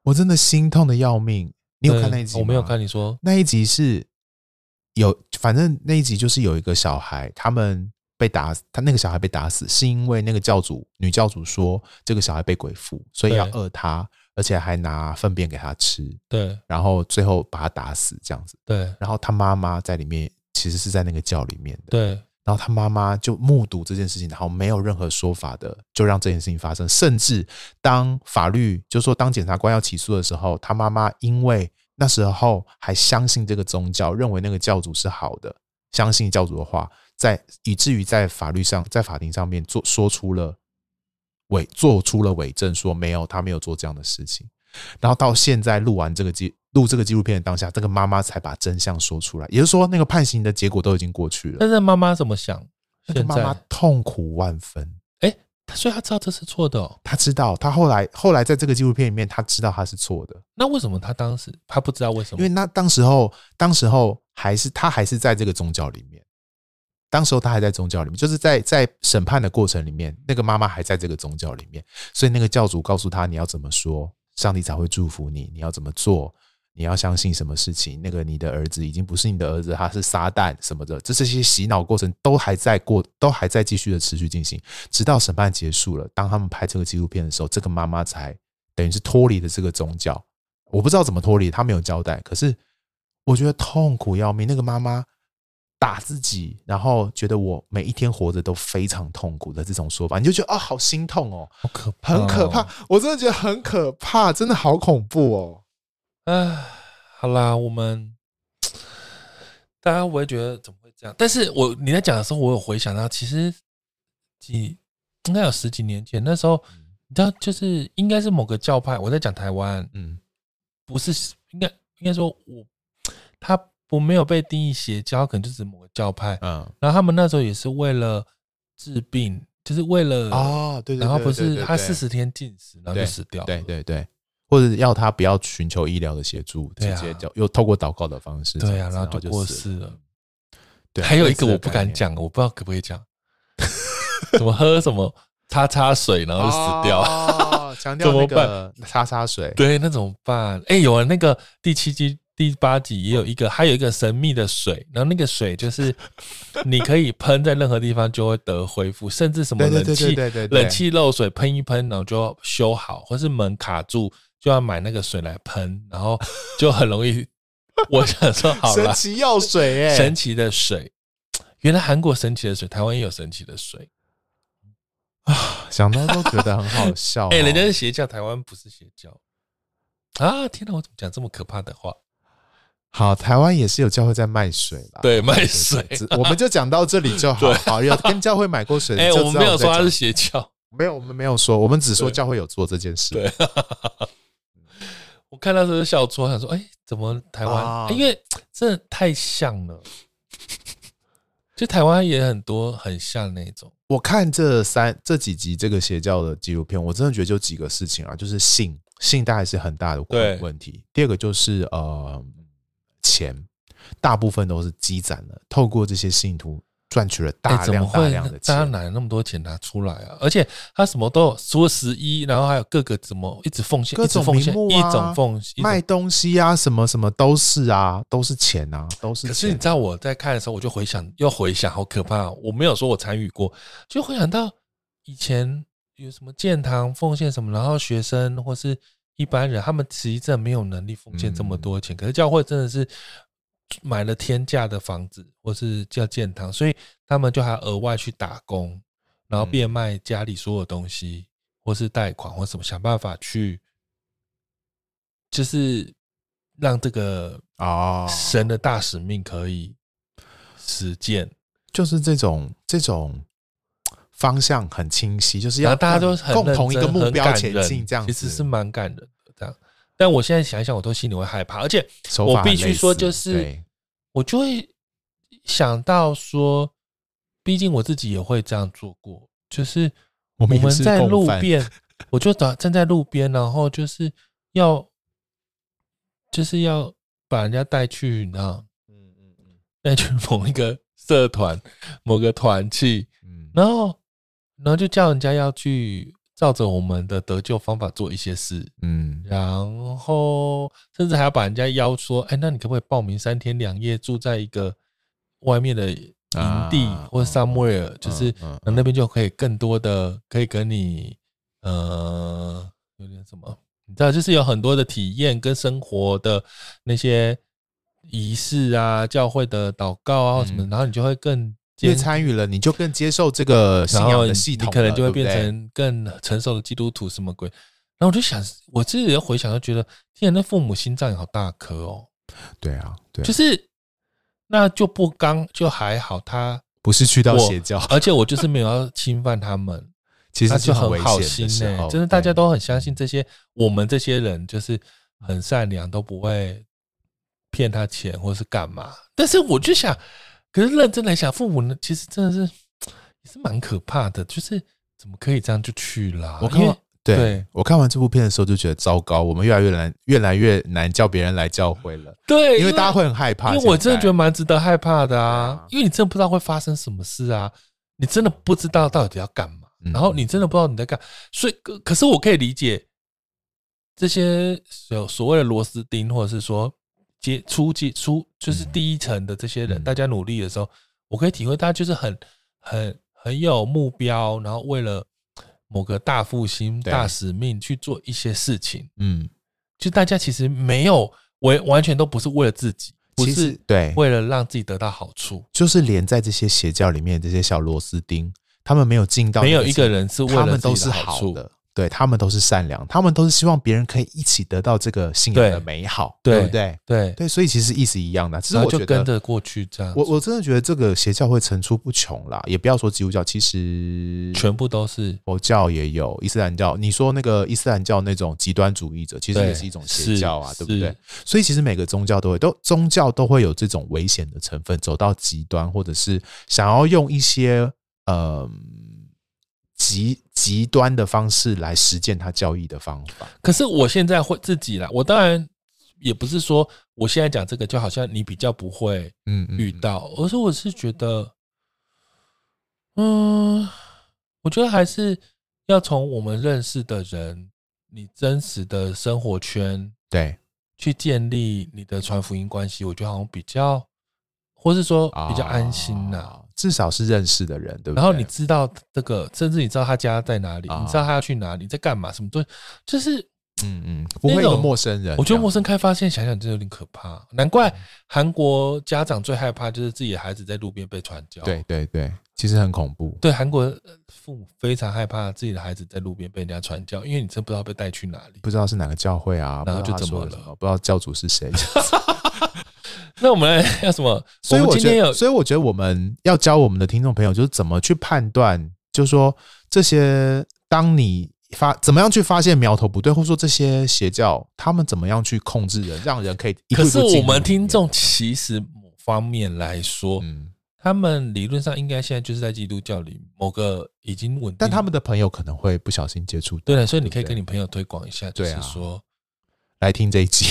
S4: 我真的心痛的要命。你有看
S3: 对
S4: 那一集吗？
S3: 我没有看，你说
S4: 那一集是有，反正那一集就是有一个小孩，他们被打，他那个小孩被打死，是因为那个教主女教主说这个小孩被鬼附，所以要
S3: 对
S4: 饿他，而且还拿粪便给他吃，
S3: 对
S4: 然后最后把他打死这样子。
S3: 对
S4: 然后他妈妈在里面其实是在那个教里面的，
S3: 对，
S4: 然后他妈妈就目睹这件事情，然后没有任何说法的，就让这件事情发生。甚至当法律，就是说当检察官要起诉的时候，他妈妈因为那时候还相信这个宗教，认为那个教主是好的，相信教主的话，在以至于在法律上，在法庭上面做说出了伪，做出了伪证，说没有，他没有做这样的事情。然后到现在录完这个纪录这个纪录片的当下，这个妈妈才把真相说出来，也就是说，那个判刑的结果都已经过去了。
S3: 但是妈妈怎么想？
S4: 那个
S3: 现
S4: 妈
S3: 在
S4: 妈，痛苦万分。
S3: 她所以她知道这是错的、哦，
S4: 她知道，她后来后来在这个纪录片里面，她知道她是错的，
S3: 那为什么她当时她不知道为什么？
S4: 因为那当时候，当时候还是她还是在这个宗教里面，当时候她还在宗教里面，就是在在审判的过程里面，那个妈妈还在这个宗教里面，所以那个教主告诉她你要怎么说，上帝才会祝福你，你要怎么做。你要相信什么事情？那个你的儿子已经不是你的儿子，他是撒旦什么的，这这些洗脑过程都还在过，都还在继续的持续进行。直到审判结束了，当他们拍这个纪录片的时候，这个妈妈才等于是脱离了这个宗教。我不知道怎么脱离，她没有交代。可是我觉得痛苦要命，那个妈妈打自己，然后觉得我每一天活着都非常痛苦的这种说法，你就觉得哦，好心痛哦，
S3: 好可怕哦
S4: 很可怕，。我真的觉得很可怕，真的好恐怖哦。
S3: 唉，好啦，我们大家我会觉得怎么会这样？但是我你在讲的时候，我有回想到，其实几应该有十几年前，那时候你知道，就是应该是某个教派，我在讲台湾，
S4: 嗯，
S3: 不是应该应该说我他不没有被定义邪教，可能就是某个教派。
S4: 嗯，
S3: 然后他们那时候也是为了治病，就是为了
S4: 哦，对对对，
S3: 然后不
S4: 对
S3: 是
S4: 对
S3: 他
S4: 对
S3: 四十天禁食，然后就
S4: 对
S3: 死掉了。
S4: 对对对，或者要他不要寻求医疗的协助，
S3: 对
S4: 直
S3: 啊
S4: 接就又透过祷告的方式，
S3: 对啊
S4: 这样子
S3: 然后就
S4: 后就
S3: 过
S4: 世
S3: 世了。
S4: 对，啊
S3: 还有
S4: 类
S3: 一个
S4: 似的
S3: 我不
S4: 概
S3: 敢
S4: 念
S3: 讲，我不知道可不可以讲，怎么喝什么叉叉水，然后就死掉。
S4: 哦，强调
S3: 怎么
S4: 那个擦擦水，
S3: 对，那怎么办？哎、有啊，那个第七集、第八集也有一个，还有一个神秘的水，然后那个水就是你可以喷在任何地方就会得恢复，甚至什么
S4: 对对
S3: 冷
S4: 对对
S3: 气
S4: 对对对
S3: 冷气漏水喷一喷，然后就修好，或是门卡住就要买那个水来喷，然后就很容易。我想说好
S4: 神
S3: 了，
S4: 奇药水哎、
S3: 神奇的水，原来韩国神奇的水，台湾也有神奇的水。
S4: 想到都觉得很好笑、哦。
S3: 哎、人家是邪教，台湾不是邪教啊！天哪，我怎么讲这么可怕的话？
S4: 啊好，台湾也是有教会在卖水啦，
S3: 对卖水
S4: 对对对我们就讲到这里就好。好，有跟教会买过水的
S3: 哎、
S4: 就知道
S3: 我们没有
S4: 在
S3: 说他
S4: 讲
S3: 是邪教，
S4: 没有，我们没有说，我们只说
S3: 对
S4: 教会有做这件事。
S3: 对 我看到这个笑出，我想说，哎、怎么台湾、
S4: 啊
S3: 哎因为真的太像了，就台湾也很多很像那种，
S4: 我看这三这几集这个邪教的纪录片，我真的觉得就几个事情啊，就是性，性大概是很大的
S3: 对
S4: 问问题。第二个就是呃，钱，大部分都是积攒了，透过这些信徒赚取了
S3: 哎、
S4: 大
S3: 怎么
S4: 量大
S3: 会
S4: 量的
S3: 大家
S4: 钱。
S3: 哪有那么多钱拿出来啊？而且他什么都有，除了十一，然后还有各个怎么一直奉献，
S4: 各
S3: 一直
S4: 种
S3: 奉献
S4: 名，目
S3: 一
S4: 啊
S3: 种奉献，一种
S4: 卖东西啊，什么什么都是啊，都是钱啊，都是
S3: 可是你
S4: 钱。
S3: 知道我在看的时候，我就回想，又回想，好可怕哦、我没有说我参与过，就回想到以前有什么建堂奉献什么，然后学生或是一般人，他们其实真的没有能力奉献这么多钱。可是教会真的是买了天价的房子，或是叫建堂，所以他们就还额外去打工，然后变卖家里所有东西，或是贷款或什么，想办法去，就是让这个
S4: 哦，
S3: 神的大使命可以实践，
S4: 就是这种这种方向很清晰，就是
S3: 然
S4: 要
S3: 后大家都很
S4: 共
S3: 认
S4: 同一个
S3: 真
S4: 目
S3: 很
S4: 标
S3: 感
S4: 前
S3: 人
S4: 进，这样
S3: 其
S4: 子
S3: 实是蛮感人的。这样，但我现在想一想，我都心里会害怕，而且
S4: 手
S3: 我
S4: 法
S3: 必
S4: 很
S3: 须
S4: 类
S3: 说，
S4: 似
S3: 就是
S4: 对
S3: 我就会想到说，毕竟我自己也会这样做过，就是
S4: 我们也
S3: 们
S4: 是
S3: 在
S4: 共
S3: 路
S4: 犯
S3: 边，我就站站在路边，然后就是要就是要把人家带去，你知道，
S4: 嗯嗯嗯
S3: 带去某一个社团、某个团契，
S4: 嗯
S3: 然后，然后就叫人家要去照着我们的得救方法做一些事，
S4: 嗯，
S3: 然后甚至还要把人家邀说，哎，那你可不可以报名三天两夜住在一个外面的营地、
S4: 啊
S3: 或者
S4: 嗯
S3: somewhere，、就是、
S4: 嗯嗯
S3: 呃那边就可以更多的可以跟你呃有点什么，你知道，就是有很多的体验跟生活的那些仪式啊，教会的祷告啊或什么，
S4: 嗯
S3: 然后你就会更
S4: 越
S3: 坚
S4: 参与了，你就更接受这个信
S3: 然
S4: 仰
S3: 后
S4: 的系统了，
S3: 你可能就会
S4: 对
S3: 变
S4: 不对
S3: 成更成熟的基督徒什么鬼。然后我就想，我自己回想就觉得，天啊哪，那父母心脏也好大颗哦，
S4: 对啊，对，
S3: 就是那就不刚就还好他，
S4: 不是去到
S3: 我
S4: 邪教，
S3: 而且我就是没有要侵犯他们，
S4: 其
S3: 那
S4: 实
S3: 就是很
S4: 危
S3: 好心
S4: 险的时
S3: 呢、
S4: 候
S3: 真的大家
S4: 对
S3: 都很相信这些，我们这些人就是很善良，都不会骗他钱或是干嘛。但是我就想，可是认真来想，父母呢，其实真的是也是蛮可怕的，就是怎么可以这样就去啦？
S4: 我看
S3: 因为
S4: 完对
S3: 对
S4: 我看完这部片的时候就觉得糟糕，我们越来越难，越来越难叫别人来教会了，
S3: 对，
S4: 因为大家会很害怕。
S3: 因为我真的觉得蛮值得害怕的啊
S4: 对啊，
S3: 因为你真的不知道会发生什么事啊，你真的不知道到底要干嘛，
S4: 嗯
S3: 然后你真的不知道你在干，所以可可是我可以理解这些所所谓的螺丝钉，或者是说接初级初就是
S4: 嗯
S3: 第一层的这些人，
S4: 嗯
S3: 大家努力的时候，我可以体会大家就是很很很有目标，然后为了某个大复兴、
S4: 对
S3: 大使命去做一些事情，
S4: 嗯，
S3: 就大家其实没有为完全都不是为了自己。不
S4: 其
S3: 是
S4: 实对，
S3: 为了让自己得到好处，
S4: 就是连在这些邪教里面这些小螺丝钉，他们没有进到
S3: 没有
S4: 那
S3: 一
S4: 层
S3: 个人是为了
S4: 他们
S3: 自己
S4: 都是
S3: 好
S4: 好
S3: 处。
S4: 的，对他们都是善良，他们都是希望别人可以一起得到这个信仰的
S3: 对
S4: 美好，
S3: 对
S4: 不对？
S3: 对，
S4: 对，所以其实意思一样的。只是
S3: 然
S4: 我
S3: 后
S4: 觉
S3: 就
S4: 得
S3: 跟着过去这样子，
S4: 我我真的觉得这个邪教会层出不穷啦，也不要说基督教，其实
S3: 全部都是
S4: 佛教也有，伊斯兰教。你说那个伊斯兰教那种极端主义者，其实
S3: 对
S4: 也是一种邪教啊，
S3: 是
S4: 对不对？所以其实每个宗教都会都宗教都会有这种危险的成分，走到极端，或者是想要用一些呃极极端的方式来实践他教义的方法。
S3: 可是我现在会自己啦，我当然也不是说我现在讲这个就好像你比较不会
S4: 嗯嗯，
S3: 遇到，而是我是觉得，嗯，我觉得还是要从我们认识的人，你真实的生活圈
S4: 对
S3: 去建立你的传福音关系，我觉得好像比较，或是说比较安心呐、
S4: 啊至少是认识的人，对不对？
S3: 然后你知道这个，甚至你知道他家在哪里，
S4: 啊
S3: 你知道他要去哪里，在干嘛，什么东西，就是
S4: 嗯嗯，不会一个陌生人，
S3: 我觉得陌
S4: 生
S3: 生开发现在想想真的有点可怕，难怪
S4: 嗯
S3: 韩国家长最害怕就是自己的孩子在路边被传教。
S4: 对对对，其实很恐怖。
S3: 哦对，韩国呃父母非常害怕自己的孩子在路边被人家传教，因为你真不知道被带去哪里。
S4: 不知道是哪个教会啊，
S3: 然后
S4: 不知道
S3: 就
S4: 他
S3: 怎么
S4: 说
S3: 了
S4: 什不知道教主是 谁。
S3: 那我们来要什么？
S4: 所以
S3: 我
S4: 我
S3: 们今
S4: 觉
S3: 天
S4: 得，
S3: 有
S4: 所以我觉得我们要教我们的听众朋友，就是怎么去判断，就是说这些，当你发怎么样去发现苗头不对，或者说这些邪教他们怎么样去控制人，让人可以一步
S3: 可是
S4: 一步进
S3: 我
S4: 入
S3: 们
S4: 里
S3: 听
S4: 面
S3: 众，其实某方面来说，
S4: 嗯，
S3: 他们理论上应该现在就是在基督教里某个已经稳定，
S4: 但他们的朋友可能会不小心接触到，
S3: 对了，所以你可以
S4: 对
S3: 跟你朋友推广一下，就
S4: 对
S3: 是
S4: 啊
S3: 说，
S4: 来听这一集，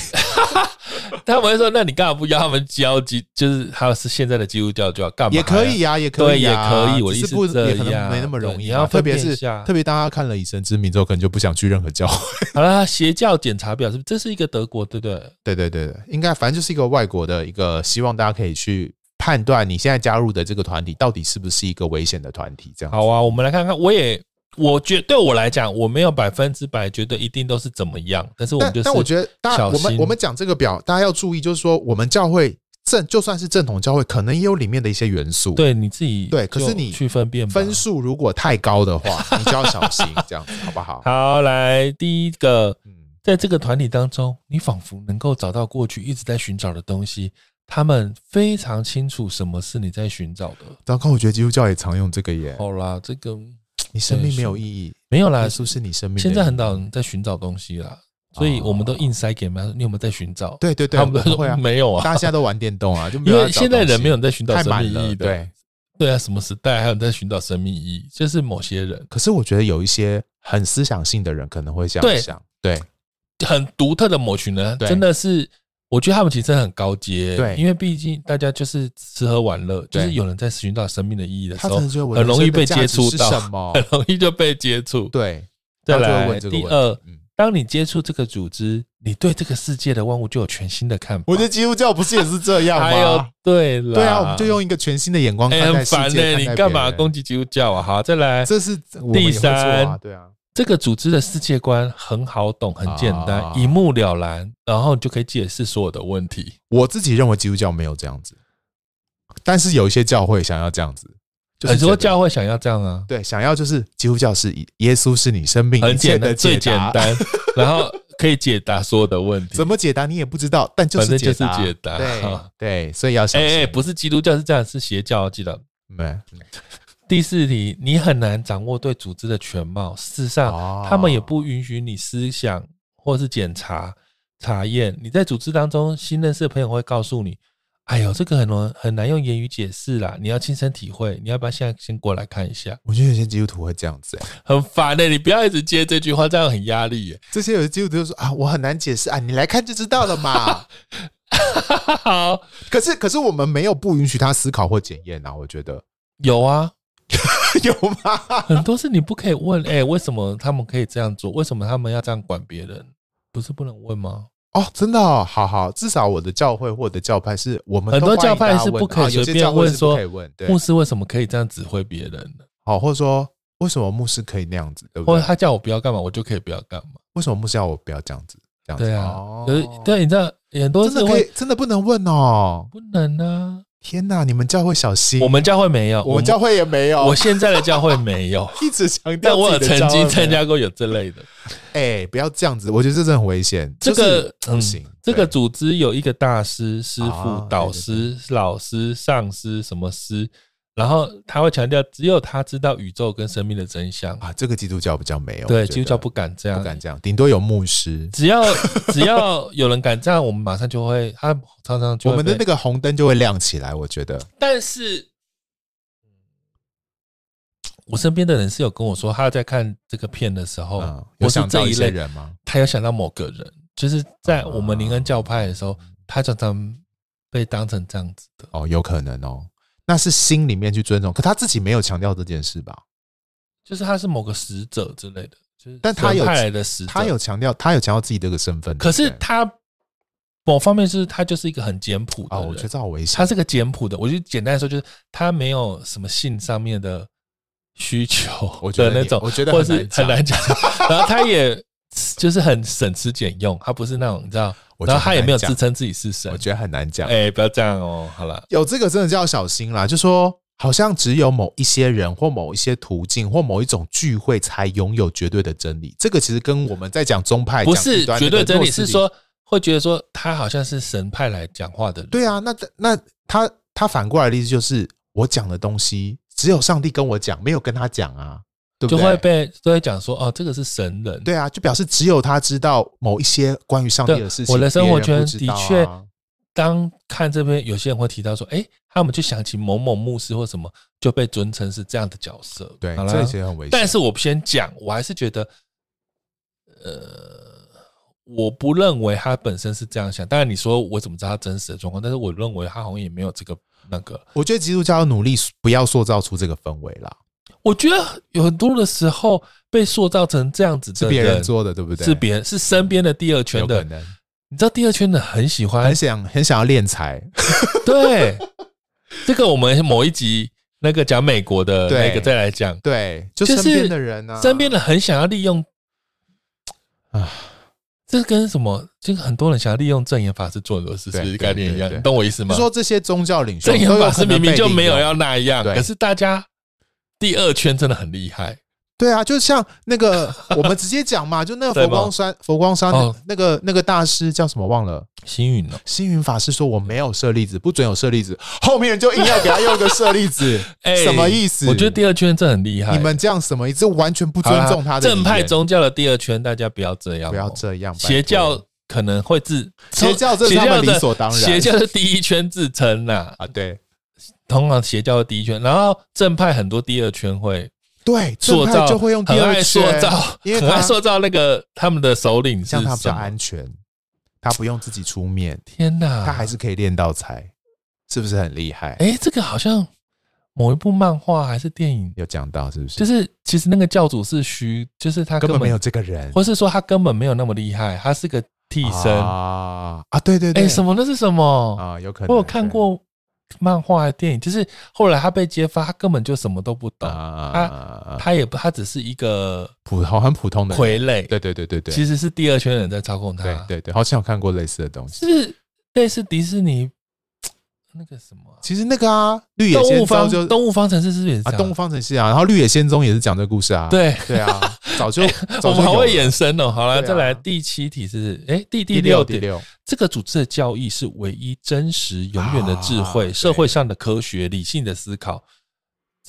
S3: 他们会说，那你干嘛不要他们教基，就是他是现在的基督教就要干嘛？
S4: 也可啊以。呀、也可
S3: 对
S4: 以、啊，
S3: 也可以我的
S4: 只
S3: 意
S4: 是
S3: 思
S4: 不
S3: 是这
S4: 也可能
S3: 样
S4: 没那么
S3: 对
S4: 容易
S3: 你
S4: 啊、
S3: 要
S4: 特别
S3: 分辨一
S4: 是
S3: 下
S4: 特别当他看了以身之名之后，可能就不想去任何教会。
S3: 好了，邪教检查表是不是这是一个德国，对不对？
S4: 对对对对，应该反正就是一个外国的一个，希望大家可以去判断你现在加入的这个团体到底是不是一个危险的团体，这样子
S3: 好啊，我们来看看。我也，我觉对我来讲，我没有百分之百觉得一定都是怎么样，但是我们
S4: 但
S3: 就是
S4: 但我觉得大家
S3: 小
S4: 我
S3: 心
S4: 们我们讲这个表，大家要注意，就是说我们教会正就算是正统教会，可能也有里面的一些元素。。
S3: 对你自己
S4: 对可是
S3: 就
S4: 你
S3: 去分辨吧
S4: 分。数如果太高的话，你就要小心，这样子好不好？
S3: 好，来第一个，
S4: 嗯，
S3: 在这个团体当中，你仿佛能够找到过去一直在寻找的东西。他们非常清楚什么是你在寻找的。
S4: 糟糕，我觉得基督教也常用这个耶。
S3: 好啦，这个
S4: 你生命没有意义，
S3: 没有啦
S4: 耶，稣是你生命的意义。
S3: 现在很少人在寻找东西啦，所以我们都硬塞给他们，你有没有在寻找？，
S4: 哦对对对，
S3: 他们都
S4: 会
S3: 说
S4: 啊，
S3: 没有
S4: 大家
S3: 啊，
S4: 现在都玩电动啊，就没
S3: 因
S4: 有要
S3: 为
S4: 找
S3: 现在
S4: 东
S3: 人
S4: 西
S3: 没有人在寻找
S4: 太
S3: 生
S4: 满
S3: 命意
S4: 了，
S3: 义的。
S4: 对。
S3: 对啊，什么时代还有人在寻找生命意义？就是某些人
S4: 可是我觉得有一些很思想性的人可能会这样
S3: 对
S4: 想，对
S3: 很独特的某群人，
S4: 对
S3: 真的是，我觉得他们其实很高阶，
S4: 对
S3: 因为毕竟大家就是吃喝玩乐，就
S4: 对
S3: 是有人在寻找生命的意义的时
S4: 他
S3: 候
S4: 真的觉得，我
S3: 很容易被
S4: 人生的
S3: 接触
S4: 价值是
S3: 到
S4: 什， 么
S3: 很？容易就被接触。
S4: 对，
S3: 再
S4: 他就会
S3: 来
S4: 问这个
S3: 第
S4: 问题
S3: 二，
S4: 嗯
S3: 当你接触这个组织，你对这个世界的万物就有全新的看法。
S4: 我觉得基督教不是也是这样
S3: 还有
S4: 吗？
S3: 对了，
S4: 对啊，我们就用一个全新的眼光
S3: 哎、
S4: 看待
S3: 很
S4: 世界。
S3: 烦呢、
S4: 看待
S3: 你
S4: 别
S3: 干嘛
S4: 人
S3: 攻？击基督教啊？好，再来，
S4: 这是我们也会做啊，
S3: 三
S4: 对啊，
S3: 这个组织的世界观很好懂，很简单，
S4: 啊
S3: 一目了然，然后你就可以解释所有的问题。
S4: 我自己认为基督教没有这样子，但是有一些教会想要这样子，就是
S3: 很
S4: 觉
S3: 多
S4: 得
S3: 教会想要这样啊，
S4: 对想要就是基督教是以耶稣是你生命
S3: 很
S4: 一切
S3: 简
S4: 的
S3: 单，最
S4: 解
S3: 简
S4: 答，
S3: 单， 然后可以解答所有的问题
S4: 怎。么解答你也不知道，但就
S3: 反正
S4: 是
S3: 就是
S4: 解答，
S3: 解答哈
S4: 对对，所以要小
S3: 哎
S4: 心。
S3: 哎，不是基督教是这样，是邪教，记得。
S4: 没
S3: 第四题，你很难掌握对组织的全貌。事实上，
S4: 哦
S3: 他们也不允许你思想或是检查查验。你在组织当中新认识的朋友会告诉你：“哎呦，这个很难很难用言语解释啦，你要亲身体会。你要不要现在先过来看一下？”
S4: 我觉得有些基督徒会这样子、欸，
S3: 很烦的、你不要一直接这句话，这样很压力耶。
S4: 这些有些基督徒就说啊，我很难解释啊，你来看就知道了嘛。
S3: 好，
S4: 可是，可是我们没有不允许他思考或检验啊，我觉 得
S3: 有啊，
S4: 有吗？
S3: 很多事你不可以问，哎、为什么他们可以这样做？为什么他们要这样管别人？不是不能问吗？
S4: 哦，真的、哦，好好，至少我的教会或我的教派是我们
S3: 很
S4: 都
S3: 多
S4: 欢迎
S3: 教派
S4: 大家
S3: 是
S4: 问
S3: 不可
S4: 啊
S3: 以随
S4: 有些
S3: 便
S4: 教会
S3: 问
S4: 是不
S3: 说
S4: 可以问，对
S3: 牧，师为什么可以这样指挥别人呢？
S4: 好，或者说为什么牧师可以那样子，对不
S3: 或者
S4: 对？
S3: 他叫我不要干嘛，我就可以不要干嘛？
S4: 为什么牧师要我不要这样子？这样子，
S3: 对啊，
S4: 哦
S3: 可是对，你知道很多
S4: 真
S3: 事
S4: 的可
S3: 会
S4: 以，真的不能问哦。
S3: 不能啊。
S4: 天哪，你们教会小心，
S3: 我们教会没有，
S4: 我们教会也没有，
S3: 我现在的教会没有，
S4: 一直强调
S3: 但我有
S4: 自己
S3: 曾
S4: 的教会没
S3: 经
S4: 有
S3: 参，加过有这类的。
S4: 哎、不要这样子，我觉得这真的很危险，
S3: 这
S4: 就是
S3: 个嗯
S4: 不行，
S3: 这
S4: 对
S3: 个组织有一个大师、师
S4: 啊
S3: 傅、导师、老师、上师什么师，然后他会强调只有他知道宇宙跟生命的真相。
S4: 啊，这个基督教比较没有，我
S3: 对，
S4: 觉
S3: 基督教
S4: 得
S3: 不敢这
S4: 不
S3: 样，
S4: 敢这样，顶多有牧师。
S3: 只要 只要有人敢这样，我们马上就会，他常常就
S4: 我
S3: 会
S4: 们的
S3: 被
S4: 那个红灯就会亮起来，我觉得
S3: 但是，嗯我身边的人是有跟我说，他在看这个片的时候，
S4: 嗯有
S3: 哦我是
S4: 想到
S3: 这
S4: 一
S3: 一
S4: 些
S3: 类
S4: 人吗？
S3: 他有想到某个人，就是在我们灵恩教派的时候，
S4: 嗯
S3: 他常常被当成这样子的，
S4: 哦，有可能哦，那是心里面去尊重，可他自己没有强调这件事吧？
S3: 就是他是某个使者之类的，就是
S4: 但他有
S3: 神派来的使者，
S4: 他有强调，他有强调自己这个身份，
S3: 可是
S4: 对不对
S3: 他某方面是他就是一个很简朴的
S4: 哦，
S3: 人，
S4: 我觉得这好危险，
S3: 他是个简朴的，我就简单来说，就是他没有什么性上面的需求
S4: 我觉
S3: 的
S4: 得
S3: 那
S4: 你
S3: 种，
S4: 我觉得
S3: 或
S4: 很
S3: 者是
S4: 难
S3: 很
S4: 讲
S3: 难 讲。然后他也就是很省吃俭用，他不是那种你知道，
S4: 我觉
S3: 然
S4: 得
S3: 后他也
S4: 很难
S3: 没有
S4: 讲
S3: 自称自己是神
S4: 我。觉得很难讲。
S3: 哎、不要这样哦，好了，
S4: 有这个真的就要小心啦，就说。好像只有某一些人或某一些途径或某一种聚会才拥有绝对的真理，这个其实跟我们在讲宗派
S3: 不
S4: 讲
S3: 是
S4: 异端
S3: 绝
S4: 那个
S3: 对真
S4: 诺
S3: 理，
S4: 斯
S3: 是
S4: 底
S3: 说会觉得说他好像是神派来讲话的人。
S4: 对啊，那那他他反过来的意思就是，我讲的东西只有上帝跟我讲，没有跟他讲啊，对不
S3: 就
S4: 对？
S3: 会被都会讲说哦，这个是神人，
S4: 对啊，就表示只有他知道某一些关于上帝
S3: 对
S4: 的事情。
S3: 我的生活圈
S4: 别人
S3: 的
S4: 不知道
S3: 确
S4: 啊，
S3: 当看这边有些人会提到说，哎、他们就想起某某牧师或什么，就被尊称是这样的角色。
S4: 对，
S3: 好啦
S4: 这些很危险。
S3: 但是我先讲，我还是觉得，呃，我不认为他本身是这样想。当然，你说我怎么知道他真实的状况？但是我认为他好像也没有这个那个。
S4: 我觉得基督教要努力不要塑造出这个氛围啦，
S3: 我觉得有很多的时候被塑造成这样子的
S4: 是别人做的，对不对？
S3: 是别人，是身边的第二圈
S4: 有可
S3: 的。
S4: 能
S3: 你知道第二圈的很喜欢
S4: 很想很想要敛财，
S3: 对，这个我们某一集那个讲美国的
S4: 对
S3: 那个再来讲，
S4: 对，就
S3: 就
S4: 身边
S3: 是
S4: 的人啊，
S3: 身边的很想要利用
S4: 啊
S3: 啊，这跟什么？就是很多人想要利用正言法师做很多事，是
S4: 对
S3: 不是概念一样？
S4: 对对对
S3: 你懂我意思
S4: 就
S3: 吗？
S4: 说这些宗教领袖
S3: 正言
S4: 都有
S3: 法
S4: 可
S3: 师
S4: 能
S3: 明明
S4: 被
S3: 就
S4: 利
S3: 没有啊
S4: 用
S3: 要那样，
S4: 对
S3: 可是大家第二圈真的很厉害。
S4: 对啊，就像 那个我们直接讲嘛，就那个
S3: 对
S4: 佛
S3: 吗
S4: 光山佛光山
S3: 哦
S4: 那个那个大师叫什么忘了？
S3: 星云哦，，
S4: 星云法师说我没有舍利子，不准有舍利子，后面人就硬要给他用一个舍利子
S3: 哎，
S4: 什么意思？
S3: 我觉得第二圈真的很厉害。
S4: 你们这样什么意思？这完全不
S3: 好啦
S4: 尊重他的
S3: 正派
S4: 意愿
S3: 宗教的第二圈，大家不要这样哦，
S4: 不要这样，拜托
S3: 邪教可能会自
S4: 邪教这是
S3: 邪
S4: 他们
S3: 教的
S4: 理所当然
S3: 邪教是第一圈自称呐、
S4: 啊，对
S3: 通常邪教的第一圈，然后正派很多第二圈会
S4: 对，正
S3: 塑
S4: 派
S3: 造，
S4: 就会用第
S3: 很
S4: 二
S3: 爱塑
S4: 圈
S3: 造，
S4: 因为
S3: 很爱
S4: 他
S3: 塑造那个他们的首领
S4: 这
S3: 是
S4: 样他比
S3: 什
S4: 较
S3: 么？
S4: 安全，他不用自己出面，
S3: 天哪，
S4: 他还是可以练到财，是不是很厉害？
S3: 哎，这个好像某一部漫画还是电影，
S4: 有讲到是不是？
S3: 就是其实那个教主是虚，就是他
S4: 根
S3: 本
S4: 本没有，这个人，
S3: 或是说他根本没有那么厉害，他是个替身。
S4: 啊啊，对对对，
S3: 哎，什么那是什么？
S4: 啊？有可能
S3: 我有看过漫画还电影，就是后来他被揭发，他根本就什么都不懂，
S4: 对啊
S3: 他
S4: 啊，
S3: 他也不，他只是一个
S4: 普通很普通的人
S3: 傀，儡，
S4: 对对对对对，
S3: 其实是第二圈人在操控他，
S4: 对对对，好像有看过类似的东西。
S3: 是啊不是类似迪士尼那个什么啊、
S4: 其实那个啊，绿野
S3: 动物
S4: 仙踪
S3: 方
S4: 就
S3: 动物方程式是不是也是这
S4: 啊，
S3: 样
S4: 动物方程式啊，然后绿野仙踪也是讲这个故事啊，
S3: 对。
S4: 对啊，早就
S3: 我
S4: 早就
S3: 们好
S4: 有
S3: 会
S4: 了
S3: 衍生哦。好了，
S4: 对啊
S3: 再来第七题是，哎，第
S4: 第
S3: 第六
S4: 第
S3: 点，
S4: 六
S3: 这个组织的教义是唯一真实、永远的智
S4: 啊
S3: 慧，
S4: 对
S3: 社会上的科学、理性的思考。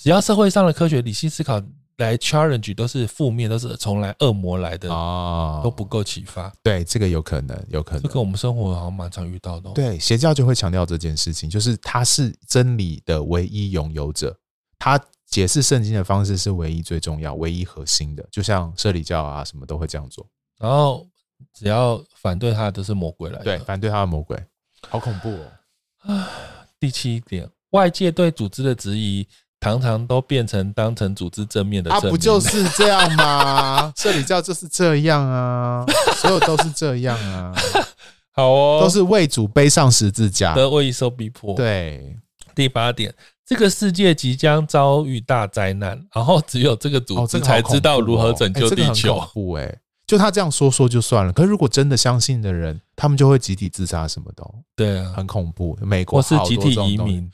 S3: 只要社会上的科学、理性思考来 challenge，都是负面，都是从来恶魔来的，
S4: 啊，
S3: 都不够启发。
S4: 对，这个有可能，有可
S3: 这个我
S4: 能。
S3: 们生活好像蛮常遇到的、哦。，
S4: 对，邪教就会强调这件事情，就是他是真理的唯一拥有者，他解释圣经的方式是唯一最重要、唯一核心的，就像社里教啊什么都会这样做。
S3: 然后只要反对他的都是魔鬼来的。
S4: 对，反对他的魔鬼，好恐怖哦！
S3: 第七点，外界对组织的质疑，常常都变成当成组织正面的
S4: 啊，
S3: 证明。
S4: 不就是这样 吗？社里教就是这样啊，所有都是这样啊，
S3: 好哦，
S4: 都是为主背上十字架。
S3: 得为受逼迫。。
S4: 对，
S3: 第八点，这个世界即将遭遇大灾难，然后只有这个
S4: 哦
S3: 组，织
S4: 这个好
S3: 才知道
S4: 恐怖
S3: 如
S4: 哦
S3: 何拯
S4: 哎
S3: 救
S4: 这个
S3: 地
S4: 很
S3: 球。
S4: 恐怖哎，就他这样说说就算了，可是如果真的相信的人，他们就会集体自杀什么的哦，
S3: 对啊，
S4: 很恐怖。美国
S3: 或是
S4: 好多
S3: 集体
S4: 这种
S3: 移
S4: 东西
S3: 民，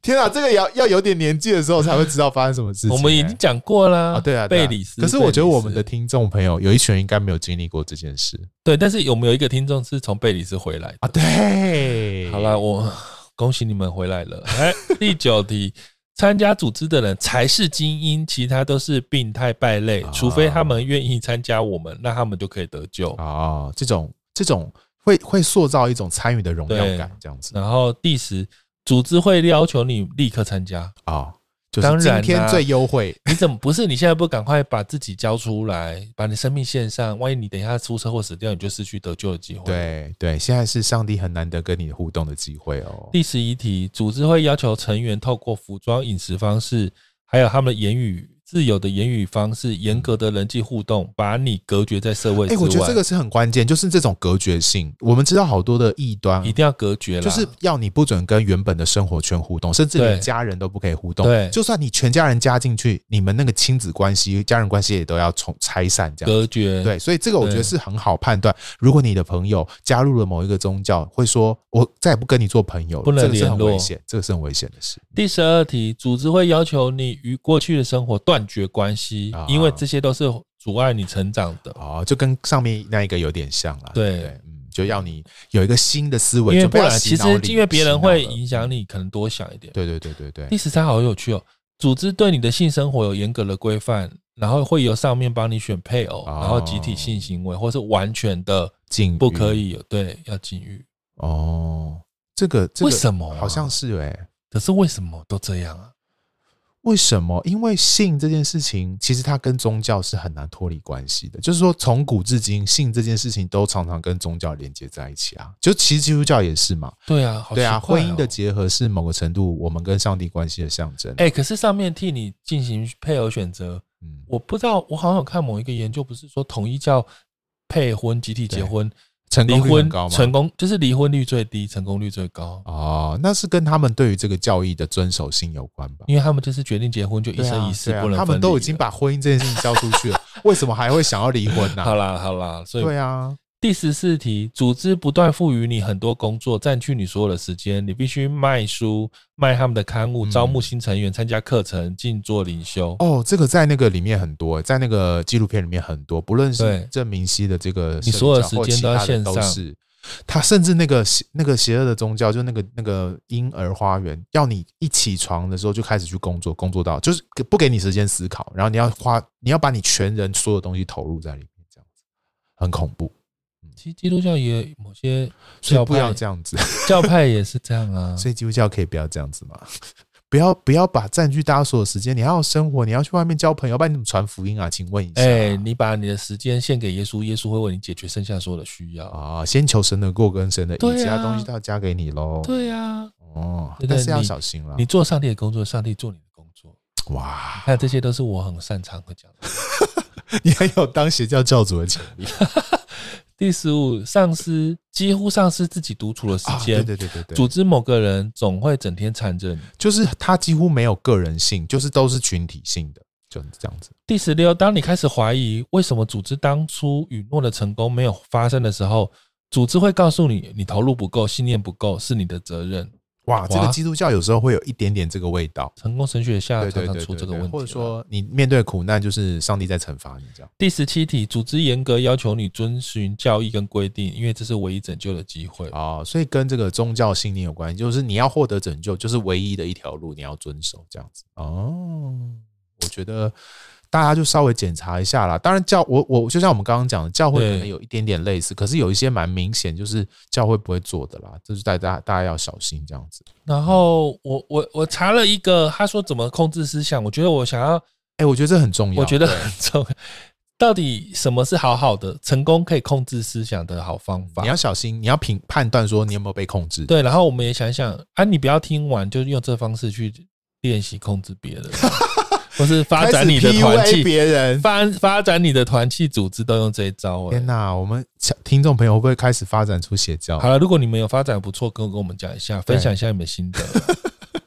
S4: 天啊，这个也要要有点年纪的时候才会知道发生什么事情、
S3: 我们已
S4: 欸
S3: 经讲过啦。
S4: 啊，对啊，对
S3: 贝
S4: 啊
S3: 里斯。
S4: 可是我觉得我们
S3: 贝
S4: 的
S3: 里斯
S4: 听众朋友有一群人应该没有经历过这件事
S3: 对，但是有没有一个听众是从贝里斯回来的？
S4: 啊。对，
S3: 好了，我恭喜你们回来了。哎，第九题，参加组织的人才是精英，其他都是病态败类
S4: 啊，
S3: 除非他们愿意参加我们，那他们就可以得救。
S4: 哦，这种这种会会塑造一种参与的荣耀感
S3: 对，
S4: 这样子
S3: 然后第十，组织会要求你立刻参加，
S4: 啊、哦，就是
S3: 当然
S4: 今
S3: 啦
S4: 天最优惠
S3: 你怎么不是？你现在不赶快把自己交出来，把你生命献上，万一你等一下出车祸死掉，你就失去得救的机会。。
S4: 对对，现在是上帝很难得跟你互动的机会哦。
S3: 第十一题，组织会要求成员透过服装、饮食方式，还有他们的言语自由的言语方式、严格的人际互动，把你隔绝在社会
S4: 哎、
S3: 之外。
S4: 我觉得这个是很关键，就是这种隔绝性。我们知道好多的异端
S3: 一定要隔绝啦，
S4: 就是要你不准跟原本的生活圈互动，甚至连
S3: 对
S4: 家人都不可以互动。
S3: 对
S4: 就算你全家人加进去，你们那个亲子关系、家人关系也都要重拆散这样。
S3: 隔绝。
S4: 对，所以这个我觉得
S3: 对
S4: 是很好判断。如果你的朋友加入了某一个宗教，会说“我再也不跟你做朋友了”，
S3: 不能
S4: 这个是很
S3: 联络
S4: 危险，这个是很危险的事。
S3: 第十二题，组织会要求你与过去的生活断绝关系，
S4: 啊
S3: 因为这些都是阻碍你成长的。
S4: 哦，就跟上面那一个有点像啦。
S3: 对
S4: 不对，嗯，就要你有一个新的思维，
S3: 因为
S4: 就
S3: 不
S4: 要
S3: 然，
S4: 洗
S3: 其实
S4: 脑你
S3: 因为别人会
S4: 洗脑了
S3: 影响你，可能多想一点。
S4: 嗯对对对对对
S3: 第，十三好有趣哦，组织对你的性生活有严格的规范，然后会由上面帮你选配偶，
S4: 哦
S3: 然后集体性行为或是完全的
S4: 禁欲
S3: 不可以有对要禁欲，
S4: 哦。这个这个
S3: 为什么啊
S4: 好像是哎、
S3: 可是为什么都这样啊？
S4: 为什么？因为性这件事情，其实它跟宗教是很难脱离关系的。就是说，从古至今，性这件事情都常常跟宗教连接在一起啊。就其实基督教也是嘛，
S3: 对啊，好奇
S4: 对
S3: 怪哦
S4: 啊，婚姻的结合是某个程度我们跟上帝关系的象征。
S3: 哎、可是上面替你进行配偶选择，
S4: 嗯，
S3: 我不知道，我好像有看某一个研究，不是说统一叫配婚、集体结婚、
S4: 成
S3: 离
S4: 功率
S3: 婚
S4: 很高吗？
S3: 成功就是离婚率最低，成功率最高，
S4: 哦，那是跟他们对于这个教义的遵守性有关吧？
S3: 因为他们就是决定结婚就一
S4: 对啊
S3: 生一世
S4: 对啊
S3: 不能分离了、
S4: 他们都已经把婚姻这件事情交出去了，为什么还会想要离婚 呢、
S3: 好啦好啦，所以
S4: 对啊，
S3: 第十四题，组织不断赋予你很多工作，占据你所有的时间，你必须卖书、卖他们的刊物、
S4: 嗯
S3: 招募新成员、参加课程、静坐灵修。
S4: 哦，这个在那个里面很多，在那个纪录片里面很多，不论是
S3: 对
S4: 郑明熙的这个
S3: 你
S4: 社
S3: 所有
S4: 长
S3: 时
S4: 或
S3: 间
S4: 其
S3: 都要
S4: 他的
S3: 线
S4: 都
S3: 上
S4: 是他甚至那个邪那个邪恶的宗教，就那个那个婴儿花园，要你一起床的时候就开始去工作，工作到就是给不给你时间思考，然后你要花，你要把你全人所有东西投入在里面，这样子很恐怖，
S3: 其实基督教也某些
S4: 所以
S3: 教
S4: 不要
S3: 派嗯
S4: 这样子，
S3: 教派也是这样啊。
S4: 所以基督教可以不要这样子嘛。不要不要把占据大家所有时间，你还要生活，你要去外面交朋友，不然你怎么传福音啊？请问一下，
S3: 哎、你把你的时间献给耶稣，耶稣会为你解决剩下所有的需要。
S4: 啊，先求神的过跟神的义，
S3: 对啊
S4: 其他东西都要加给你喽。
S3: 对啊，
S4: 哦，
S3: 对对
S4: 但是要
S3: 你
S4: 小心了
S3: 你。做上帝的工作，上帝做你的工作。
S4: 哇，
S3: 那这些都是我很擅长会讲的。
S4: 你还有当邪教教主的潜力
S3: 第十五，丧失几乎丧失自己独处的时
S4: 啊！
S3: 间
S4: 对，对对对
S3: 组
S4: 对，
S3: 织某个人总会整天缠着你。
S4: 就是他几乎没有个人性，就是都是群体性的，就是这样子。
S3: 第十六，当你开始怀疑为什么组织当初允诺的成功没有发生的时候，组织会告诉你，你投入不够，信念不够，是你的责任。
S4: 哇，这个
S3: 哇
S4: 基督教有时候会有一点点这个味道。
S3: 成功神学下
S4: 对
S3: 常
S4: 对对
S3: 常
S4: 对
S3: 出这个问
S4: 对
S3: 题啊，
S4: 或者说你面对苦难，就是上帝在惩罚你这样。
S3: 第十七题，组织严格要求你遵循教义跟规定，因为这是唯一拯救的机会。
S4: 哦，所以跟这个宗教信念有关系，就是你要获得拯救，就是唯一的一条路，你要遵守这样子。哦，我觉得大家就稍微检查一下啦。当然教我我就像我们刚刚讲的，教会
S3: 对
S4: 可能有一点点类似，可是有一些蛮明显，就是教会不会做的啦，这就是大家大家要小心这样子。
S3: 然后我我我查了一个，他说怎么控制思想，我觉得我想要，
S4: 哎、我觉得这很重要。
S3: 我觉得
S4: 对
S3: 很重要。到底什么是好好的成功可以控制思想的好方法？
S4: 你要小心，你要评判断说你有没有被控制。
S3: 对，然后我们也想想啊，你不要听完就用这方式去练习控制别人，或是发
S4: 开始 PUA
S3: 展你的团气，
S4: 别人。
S3: 发发展你的团气组织都用这一招、欸。
S4: 天哪，我们听众朋友会不会开始发展出邪教？
S3: 好了，如果你们有发展不错，跟跟我们讲一下，
S4: 对
S3: 分享一下你们心得。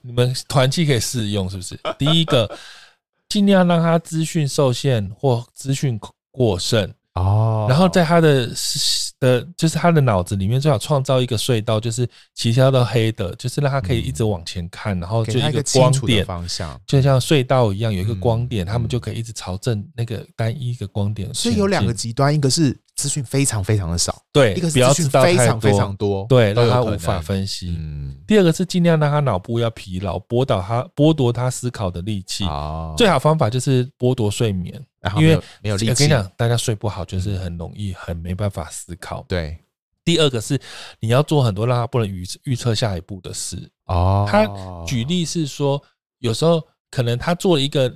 S3: 你们团契可以试用，是不是？第一个，尽量让他资讯受限或资讯过剩，
S4: 哦，
S3: 然后在他的的，就是他的脑子里面最好创造一个隧道，就是其他都黑的，就是让他可以一直往前看，然后
S4: 给
S3: 就
S4: 他一
S3: 个
S4: 个清
S3: 光
S4: 楚的
S3: 点，
S4: 方向。
S3: 就像隧道一样有一个光点，
S4: 嗯
S3: 他们就可以一直朝正那个单一一个光点前进。
S4: 所以有两个极端，一个是资讯非常非常的少，
S3: 对，
S4: 一个
S3: 不
S4: 是
S3: 要
S4: 资
S3: 知
S4: 讯
S3: 道
S4: 非
S3: 太
S4: 常
S3: 多，
S4: 非常多，
S3: 对，
S4: 都
S3: 让
S4: 有
S3: 他
S4: 可
S3: 无法
S4: 能。
S3: 分析。
S4: 嗯，
S3: 第二个是尽量让他脑部要疲劳，剥夺他剥夺他思考的力气。
S4: 哦
S3: 最好方法就是剥夺睡眠，
S4: 然后
S3: 嗯因为
S4: 没有没有力
S3: 我跟
S4: 气
S3: 你，讲，大家睡不好就是很容易很没办法思考。
S4: 对，
S3: 第二个是你要做很多让他不能预预测下一步的事。
S4: 哦，
S3: 他举例是说，有时候可能他做了一个，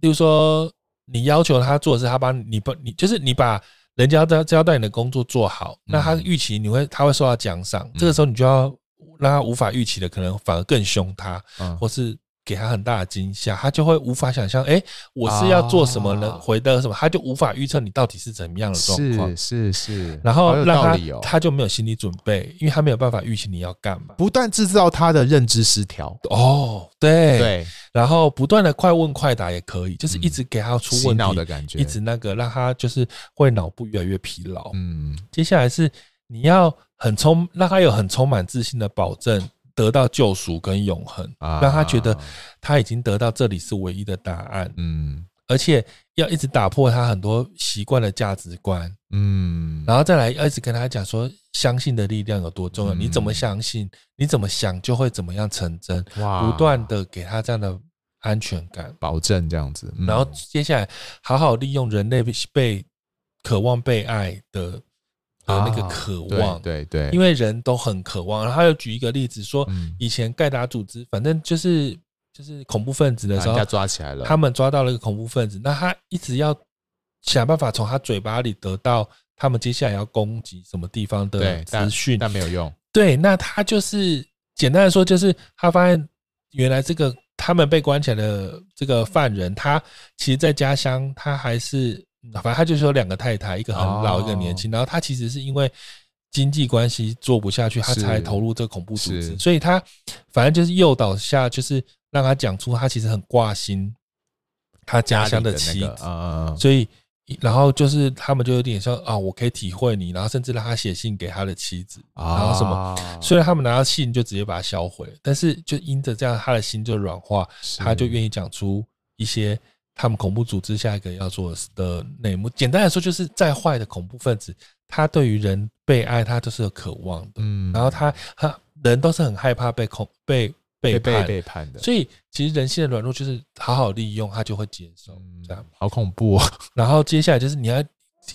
S3: 例如说你要求他做的是，他把你把你就是你把人家交交代你的工作做好，
S4: 嗯
S3: 那他预期你会他会受到奖赏，这个时候你就要让他无法预期的，可能反而更凶他，
S4: 嗯，
S3: 或是。给他很大的惊吓，他就会无法想象，哎、我是要做什么呢？
S4: 哦
S3: 回答什么？他就无法预测你到底是怎么样的状况。
S4: 是是是，
S3: 然后
S4: 好有
S3: 让
S4: 道
S3: 他、
S4: 理哦，
S3: 他就没有心理准备，因为他没有办法预期你要干嘛。
S4: 不断制造他的认知失调，
S3: 哦，对，
S4: 对，嗯
S3: 然后不断的快问快答也可以，就是一直给他出
S4: 洗
S3: 问
S4: 脑
S3: 题，
S4: 的感觉，
S3: 一直那个让他就是会脑部越来越疲劳。
S4: 嗯，
S3: 接下来是你要很充，让他有很充满自信的保证。得到救赎跟永恒，
S4: 啊
S3: 让他觉得他已经得到这里是唯一的答案，
S4: 嗯
S3: 而且要一直打破他很多习惯的价值观，
S4: 嗯，
S3: 然后再来要一直跟他讲说，相信的力量有多重要，
S4: 嗯
S3: 你怎么相信，你怎么想就会怎么样成真，
S4: 哇
S3: 不断的给他这样的安全感。
S4: 保证这样子，嗯
S3: 然后接下来好好利用人类被渴望被爱的的
S4: 啊
S3: 那个渴望，
S4: 对对对，
S3: 因
S4: 为
S3: 为人都很渴望。然后他又举一个例子说，
S4: 嗯
S3: 以前盖达组织，反正就是就是恐怖分子的时
S4: 啊人
S3: 候
S4: 家，抓起来了，
S3: 他们抓到了一个恐怖分子，那他一直要想办法从他嘴巴里得到他们接下来要攻击什么地方的
S4: 对
S3: 资
S4: 但
S3: 讯。
S4: 但没有用，
S3: 对，那他就是简单的说，就是他发现原来这个他们被关起来的这个犯人，他其实在家乡，他还是嗯反正他就是有两个太太，一个很老，
S4: 哦
S3: 一个年轻。然后他其实是因为经济关系做不下去，他
S4: 是
S3: 才投入这个恐怖组织，
S4: 是
S3: 所以他反正就是诱导下，就是让他讲出他其实很挂心他家乡
S4: 的
S3: 妻
S4: 那
S3: 子
S4: 个，嗯嗯嗯，
S3: 所以。然后就是他们就有点像啊，我可以体会你，然后甚至让他写信给他的妻子，然后什么
S4: 啊么
S3: 虽然他们拿到信就直接把它销毁，但是就因着这样，他的心就软化，他就愿
S4: 意
S3: 意讲出一些他们恐怖组织下一个要做的内幕。简单来说，就是再坏的恐怖分子，他对于人被爱，他都是有渴望的。
S4: 嗯
S3: 然后他他人都是很害怕被恐被背
S4: 被
S3: 叛，
S4: 被背叛的，
S3: 所以其实人性的软弱就是好好利用，他就会接受
S4: 嗯
S3: 这样。
S4: 好恐怖哦，
S3: 然后接下来就是你要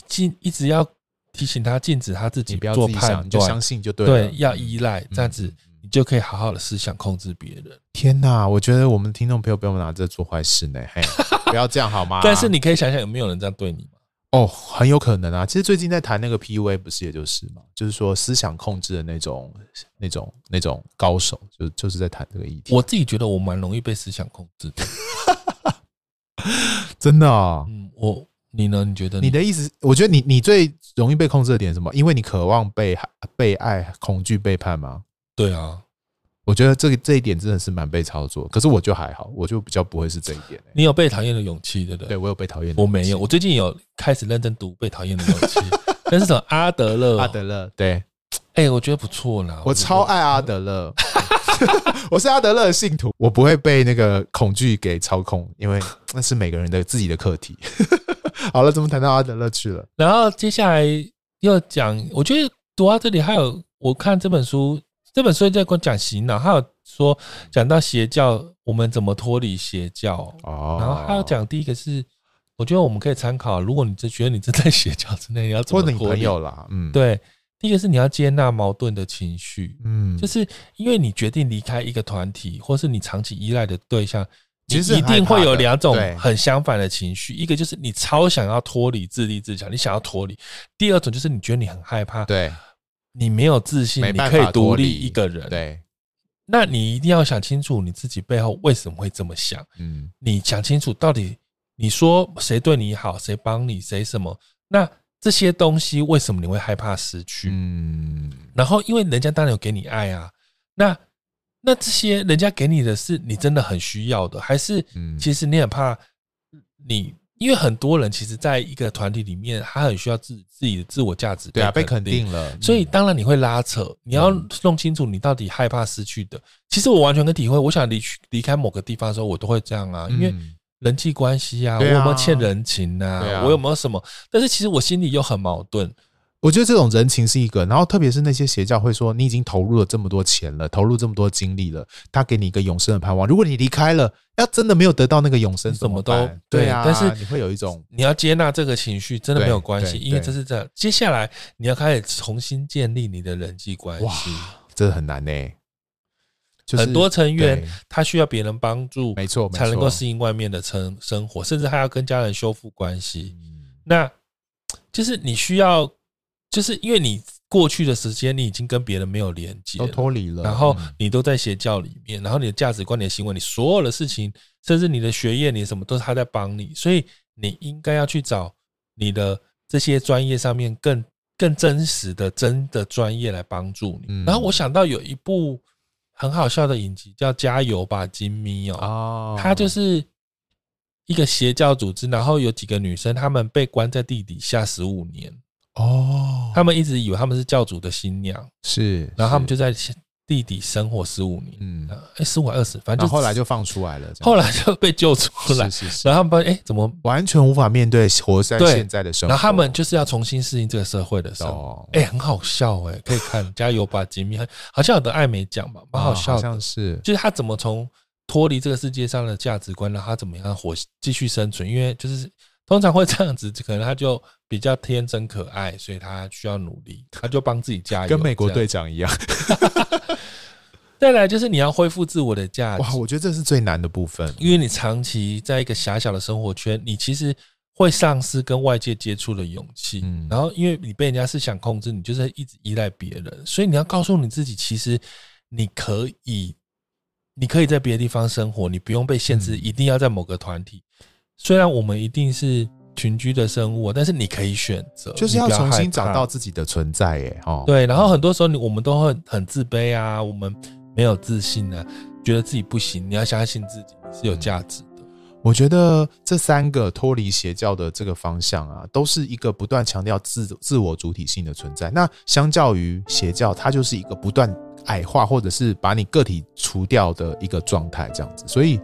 S3: 禁一直要提醒他禁止他自己
S4: 你不要
S3: 做
S4: 自己想，
S3: 判
S4: 你就
S3: 断
S4: 相。信就对了，
S3: 对，啊要依赖，这样子
S4: 嗯嗯
S3: 你就可以好好的思想控制别人。
S4: 天哪，我觉得我们听众朋友不要拿这做坏事呢， 嘿，不要这样好吗？
S3: 但是你可以想想有没有人这样对你吗？
S4: 哦，很有可能啊。其实最近在谈那个 PUA，不是也就是嘛，就是说思想控制的那种、那种、那种高手，就就是在谈这个议题。
S3: 我自己觉得我蛮容易被思想控制的。
S4: 真的、哦，
S3: 嗯，我你呢？你觉得
S4: 你的意思，我觉得你你最容易被控制的点是什么？因为你渴望被被爱、恐惧背叛吗？
S3: 对啊？
S4: 我觉得这个这一点真的是蛮被操作，可是我就还好，我就比较不会是这一点、欸。
S3: 你有被讨厌的勇气，对不对？
S4: 对我有被讨厌的
S3: 我
S4: 勇气，
S3: 没有，我最近有开始认真读《被讨厌的勇气》， 但是什么阿德勒哦，
S4: 阿德勒，对
S3: 哎、我觉得不错啦，
S4: 我
S3: 觉得
S4: 超爱阿德 勒，我是阿德勒的信徒，我不会被那个恐惧给操控，因为那是每个人的自己的课题。 好了，怎么谈到阿德勒去了？
S3: 然后接下来要讲，我觉得读到这里还有，我看这本书，这本书在跟我讲洗脑，还有说讲到邪教，我们怎么脱离邪教。
S4: 哦
S3: 然后还有，讲第一个是，我觉得我们可以参考，啊如果你真觉得你正在邪教之内，你要怎
S4: 哦或
S3: 么
S4: 者你
S3: 脱
S4: 朋
S3: 离？
S4: 友啦，嗯，，
S3: 对，第一个是你要接纳矛盾的情绪，
S4: 嗯，
S3: 就是是因为你决定离开一个团体，或是你长期依赖的对象，你
S4: 其实是
S3: 一
S4: 很害
S3: 定
S4: 怕
S3: 会有
S4: 的
S3: 两种
S4: 对
S3: 很相反的情绪，一个就是你超想要脱离自立自强，你想要脱离；第二种就是你觉得你很害怕，
S4: 对
S3: 你没有自信，
S4: 没
S3: 你
S4: 办
S3: 可以
S4: 法
S3: 独
S4: 脱
S3: 立
S4: 离
S3: 一个人。，
S4: 对，
S3: 那你一定要想清楚你自己背后为什么会这么想，
S4: 嗯，
S3: 你想清楚到底你说谁对你好，谁帮你，谁什么，那这些东西为什么你会害怕失去？
S4: 嗯，
S3: 然后因为人家当然有给你爱啊，那那这些人家给你的是你真的很需要的，还是
S4: 嗯
S3: 其实你很怕你？因为很多人其实在一个团体里面，他很需要自自己的自我价值
S4: 对啊，被肯
S3: 肯
S4: 定了，
S3: 所以
S4: 嗯
S3: 当然你会拉扯，你要弄清楚你到底害怕失去的。其实我完全可以体会，我想离去离开某个地方的时候，我都会这样啊，因为
S4: 嗯
S3: 人际关系啊，我
S4: 对啊
S3: 有没有欠人情
S4: 对
S3: 啊
S4: 啊，
S3: 我有没有什么？但是其实我心里又很矛盾，
S4: 我觉得这种人情是一个，然后特别是那些邪教会说，你已经投入了这么多钱了，投入这么多精力了，他给你一个永生的盼望。如果你离开了，要真的没有得到那个永生，
S3: 你怎
S4: 么
S3: 么都
S4: 办对啊，
S3: 但是
S4: 你会有一种
S3: 你要接纳这个情绪，真的
S4: 对
S3: 没有关系，
S4: 对
S3: 因为
S4: 对
S3: 这是这样。接下来你要开始重新建立你的人际关
S4: 哇
S3: 系，
S4: 这很难呢、就是
S3: 很多成员
S4: 对
S3: 他需要别人帮助，
S4: 没错，没错
S3: 才能够适应外面的生生活，甚至还要跟家人修复关系。
S4: 嗯
S3: 那就是你需要，就是因为你过去的时间，你已经跟别人没有连接
S4: 都
S3: 了，
S4: 脱离了，
S3: 然后
S4: 嗯
S3: 你都在邪教里面，然后你的价值观、你的行为、你所有的事情，甚至你的学业、你什么都是他在帮你，所以你应该要去找你的这些专业上面更更真实的、真的专业来帮助你。
S4: 嗯
S3: 然后我想到有一部很好笑的影集叫《加油吧，金咪》哦，
S4: 哦，
S3: 他就是一个邪教组织，然后有几个女生，她们被关在地底下十五年，
S4: 哦，
S3: 她们一直以为她们是教主的新娘，
S4: 是，
S3: 然后她们就
S4: 是
S3: 在地底生活十五年，
S4: 嗯，然
S3: 哎，十五还二十，反正
S4: 后
S3: 就
S4: 后来就放出来了，这样
S3: 后来就被救出来，
S4: 是是是
S3: 然后他们发现哎怎么？
S4: 完全无法面对活在
S3: 对
S4: 现在的生活，
S3: 然后他们就是要重新适应这个社会的生活。
S4: 哦，
S3: 哎、很好笑哎、可以看加油吧，吉米，好像有的艾美奖吧，蛮好
S4: 啊
S3: 笑
S4: 好
S3: 的，
S4: 像是
S3: 就是他怎么从脱离这个世界上的价值观，让他怎么样活继续生存？因为就是通常会这样子，可能他就比较天真可爱，所以他需要努力，他就帮自己加油。
S4: 跟美国
S3: 这样
S4: 队 长一样。
S3: 再来就是你要恢复自我的价值
S4: 哇，，我觉得这是最难的部分。
S3: 啊因为你长期在一个狭小的生活圈，你其实会丧失跟外界接触的勇气。
S4: 嗯
S3: 然后，因为你被人家思想控制，你就是一直依赖别人，所以你要告诉你自己，其实你可以，你可以在别的地方生活，你不用被限制，
S4: 嗯
S3: 一定要在某个团体。虽然我们一定是群居的生物，但是你可以选择，
S4: 就是要
S3: 你不
S4: 重
S3: 害
S4: 新找
S3: 怕
S4: 到自己的存在，耶，哦，，
S3: 对，然后很多时候你我们都会很自卑啊，我们没有自信啊，觉得自己不行。你要相信自己是有价值的。
S4: 我觉得这三个脱离邪教的这个方向啊，都是一个不断强调自自我主体性的存在。那相较于邪教，它就是一个不断矮化或者是把你个体除掉的一个状态，这样子。所以，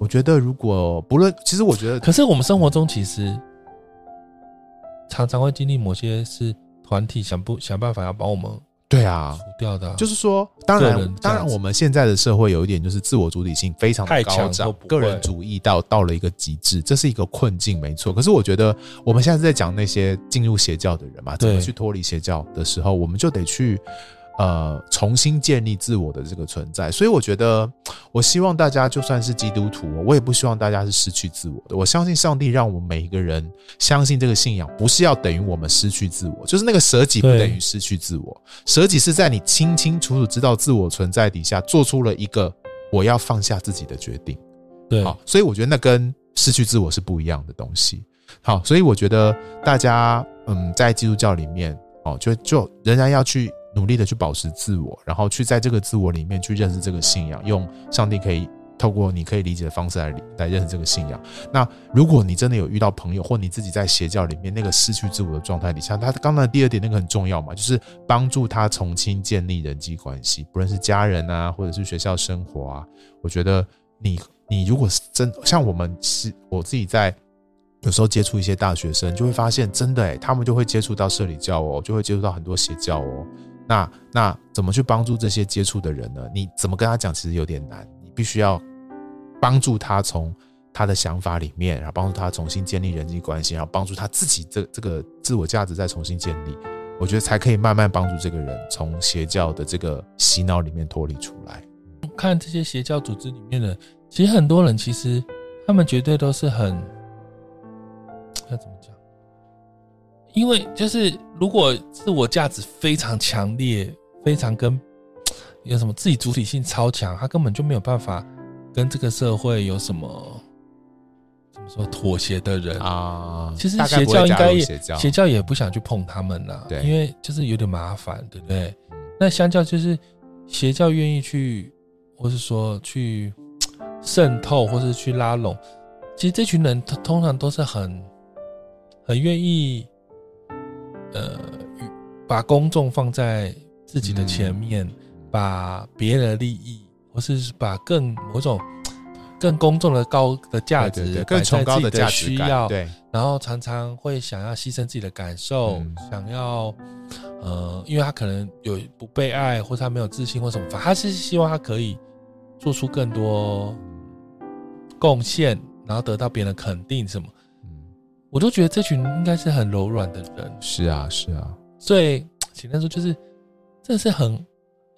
S4: 我觉得如果不论，其实我觉得
S3: 可是我们生活中其实常常会经历某些是团体想不想办法要把我们
S4: 对啊
S3: 除，掉的啊、
S4: 就是说，当
S3: 个人
S4: 然，
S3: 价值
S4: 当然，我们现在的社会有一点就是自我主体性非常的
S3: 太
S4: 高
S3: 强
S4: 涨
S3: 都不，会
S4: 个人主义到到了一个极致，这是一个困境，没错。可是我觉得我们现在是在讲那些进入邪教的人嘛，
S3: 对
S4: 怎么去脱离邪教的时候，我们就得去。呃，重新建立自我的这个存在，所以我觉得，我希望大家就算是基督徒，哦我也不希望大家是失去自我的。我相信上帝让我们每一个人相信这个信仰，不是要等于我们失去自我，就是那个舍己不
S3: 对
S4: 等于失去自我，舍己是在你清清楚楚知道自我存在底下，做出了一个我要放下自己的决定。
S3: 对，
S4: 好，所以我觉得那跟失去自我是不一样的东西。好，所以我觉得大家嗯，在基督教里面哦，就就仍然要去努力的去保持自我，然后去在这个自我里面去认识这个信仰，用上帝可以透过你可以理解的方式来理来认识这个信仰。那如果你真的有遇到朋友，或你自己在邪教里面那个失去自我的状态底下，他刚才第二点那个很重要嘛，就是帮助他重新建立人际关系，不论是家人啊，或者是学校生活啊，我觉得你你如果是真像我们是我自己在有时候接触一些大学生，就会发现真的哎、他们就会接触到社里教哦，就会接触到很多邪教哦。那那怎么去帮助这些接触的人呢？你怎么跟他讲，其实有点难，你必须要帮助他从他的想法里面，然后帮助他重新建立人际关系，然后帮助他自己这这个自我价值再重新建立。我觉得才可以慢慢帮助这个人从邪教的这个洗脑里面脱离出来。
S3: 看这些邪教组织里面的，其实很多人其实他们绝对都是很要怎么讲？因为就是如果自我价值非常强烈，非常跟有什么自己主体性超强，他根本就没有办法跟这个社会有什么怎么说妥协的人
S4: 啊
S3: 其实
S4: 大概
S3: 邪
S4: 不会
S3: 教应
S4: 加
S3: 该
S4: 入
S3: 也
S4: 邪教
S3: 邪教也不想去碰他们啦，
S4: 对
S3: 因为就是有点麻烦，对不对？那相较就是邪教愿意去，或是说去渗透，或是去拉拢，其实这群人通通常都是很很愿意，呃，与把公众放在自己的前面，
S4: 嗯
S3: 把别人的利益，或是把更某种更公众的高的价值
S4: 对对对
S3: 摆
S4: 更
S3: 在
S4: 崇高
S3: 自己
S4: 价
S3: 需
S4: 值
S3: 要
S4: 感，，对，
S3: 然后常常会想要牺牲自己的感受，
S4: 嗯
S3: 想要呃，因为他可能有不被爱，或者他没有自信或什么，反正他是希望他可以做出更多贡献，然后得到别人的肯定什么。
S4: 嗯
S3: 我都觉得这群应该是很柔软的人，
S4: 是啊，是啊，
S3: 最简单说就是，这是很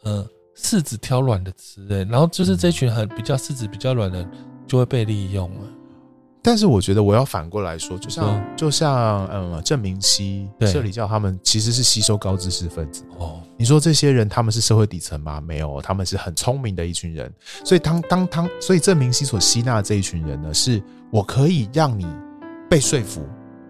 S3: 呃柿子挑软的吃人，然后就是
S4: 嗯
S3: 这群很比较柿子比较软的人就会被利用了。
S4: 但是我觉得我要反过来说，就
S3: 嗯
S4: 像就像嗯，郑明熙、
S3: 对
S4: 社里教他们其实是吸收高知识分子。
S3: 哦，
S4: 你说这些人他们是社会底层吗？没有，他们是很聪明的一群人。所以当当当，所以郑明熙所吸纳的这一群人呢，是我可以让你被说服。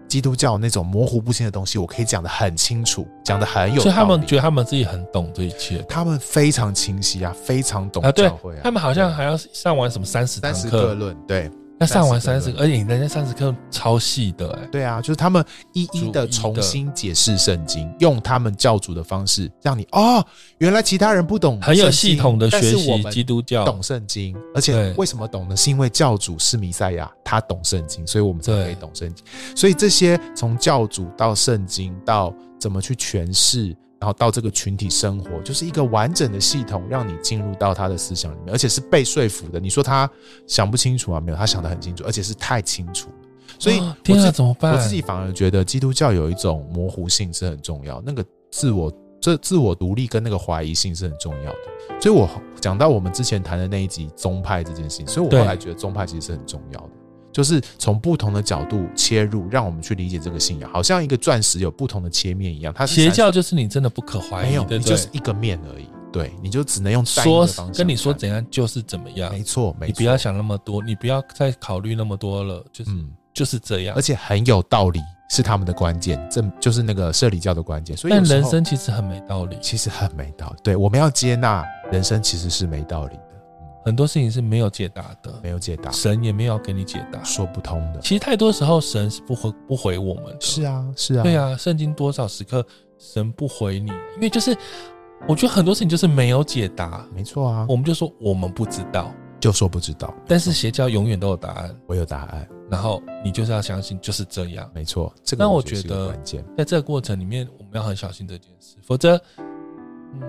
S4: 基督教那种模糊不清的东西，我可以讲得很清楚，讲得很有道理。
S3: 所以他们觉得他们自己很懂这一切。
S4: 他们非常清晰啊，非常懂
S3: 啊，对
S4: 教会啊。
S3: 他们好像还要上完什么三十堂
S4: 三十个
S3: 课，
S4: 论，对
S3: 要上完三
S4: 30
S3: 十，
S4: 个
S3: 而且人家三十课超细的哎、
S4: 对啊，就是他们一一的
S3: 逐一地
S4: 重新解释圣经，用他们教主的方式，让你哦，原来其他人不懂圣经，
S3: 很有系统的
S4: 但
S3: 学
S4: 是我
S3: 习
S4: 们
S3: 基督教。
S4: 懂圣经，
S3: 对
S4: 而且为什么懂呢？是因为教主是弥赛亚，他懂圣经，所以我们才
S3: 对
S4: 可以懂圣经。所以这些从教主到圣经，到怎么去诠释，然后到这个群体生活，就是一个完整的系统，让你进入到他的思想里面，而且是被说服的。你说他想不清楚啊？没有，他想得很清楚，而且是太清楚了。所以
S3: 哦
S4: 我
S3: 天啊，
S4: 自
S3: 怎么办？
S4: 我自己反而觉得基督教有一种模糊性是很重要，那个自我这自我独立跟那个怀疑性是很重要的。所以我讲到我们之前谈的那一集宗派这件事情，所以我
S3: 对
S4: 后来觉得宗派其实是很重要的，就是从不同的角度切入，让我们去理解这个信仰，好像一个钻石有不同的切面一样，它是
S3: 邪
S4: 闪
S3: 教就是你真的不可怀
S4: 没
S3: 疑
S4: 有，
S3: 对
S4: 哎你
S3: 不
S4: 就
S3: 对
S4: 是？一个面而已，对，你就只能用单一
S3: 说
S4: 的方向
S3: 跟你说
S4: 看
S3: 怎样就是怎么样，
S4: 没错，没错，
S3: 你不要想那么多，你不要再考虑那么多了，就是、
S4: 嗯。
S3: 就是这样
S4: 而。且很有道理，是他们的关键，这就是那个社里教的关键。所以有
S3: 但
S4: 时候
S3: 人生其实很没道理，
S4: 其实很没道理。对，我们要接纳人生其实是没道理的，
S3: 很多事情是没有解答的，
S4: 没有解答，
S3: 神也没有要给你解答。
S4: 说不通的。
S3: 其实太多时候神是不回不回我们的，
S4: 是啊，是啊，
S3: 对啊，圣经多少时刻神不回你？因为就是我觉得很多事情就是没有解答，
S4: 没错啊，
S3: 我们就说我们不知道，
S4: 就说不知道。
S3: 但是邪教永远都有答案，
S4: 我有答案，
S3: 然后你就是要相信就是这样。
S4: 没错，这
S3: 那
S4: 个
S3: 我
S4: 觉是
S3: 觉得
S4: 个关键。
S3: 在这个过程里面，我们要很小心这件事，否则，嗯，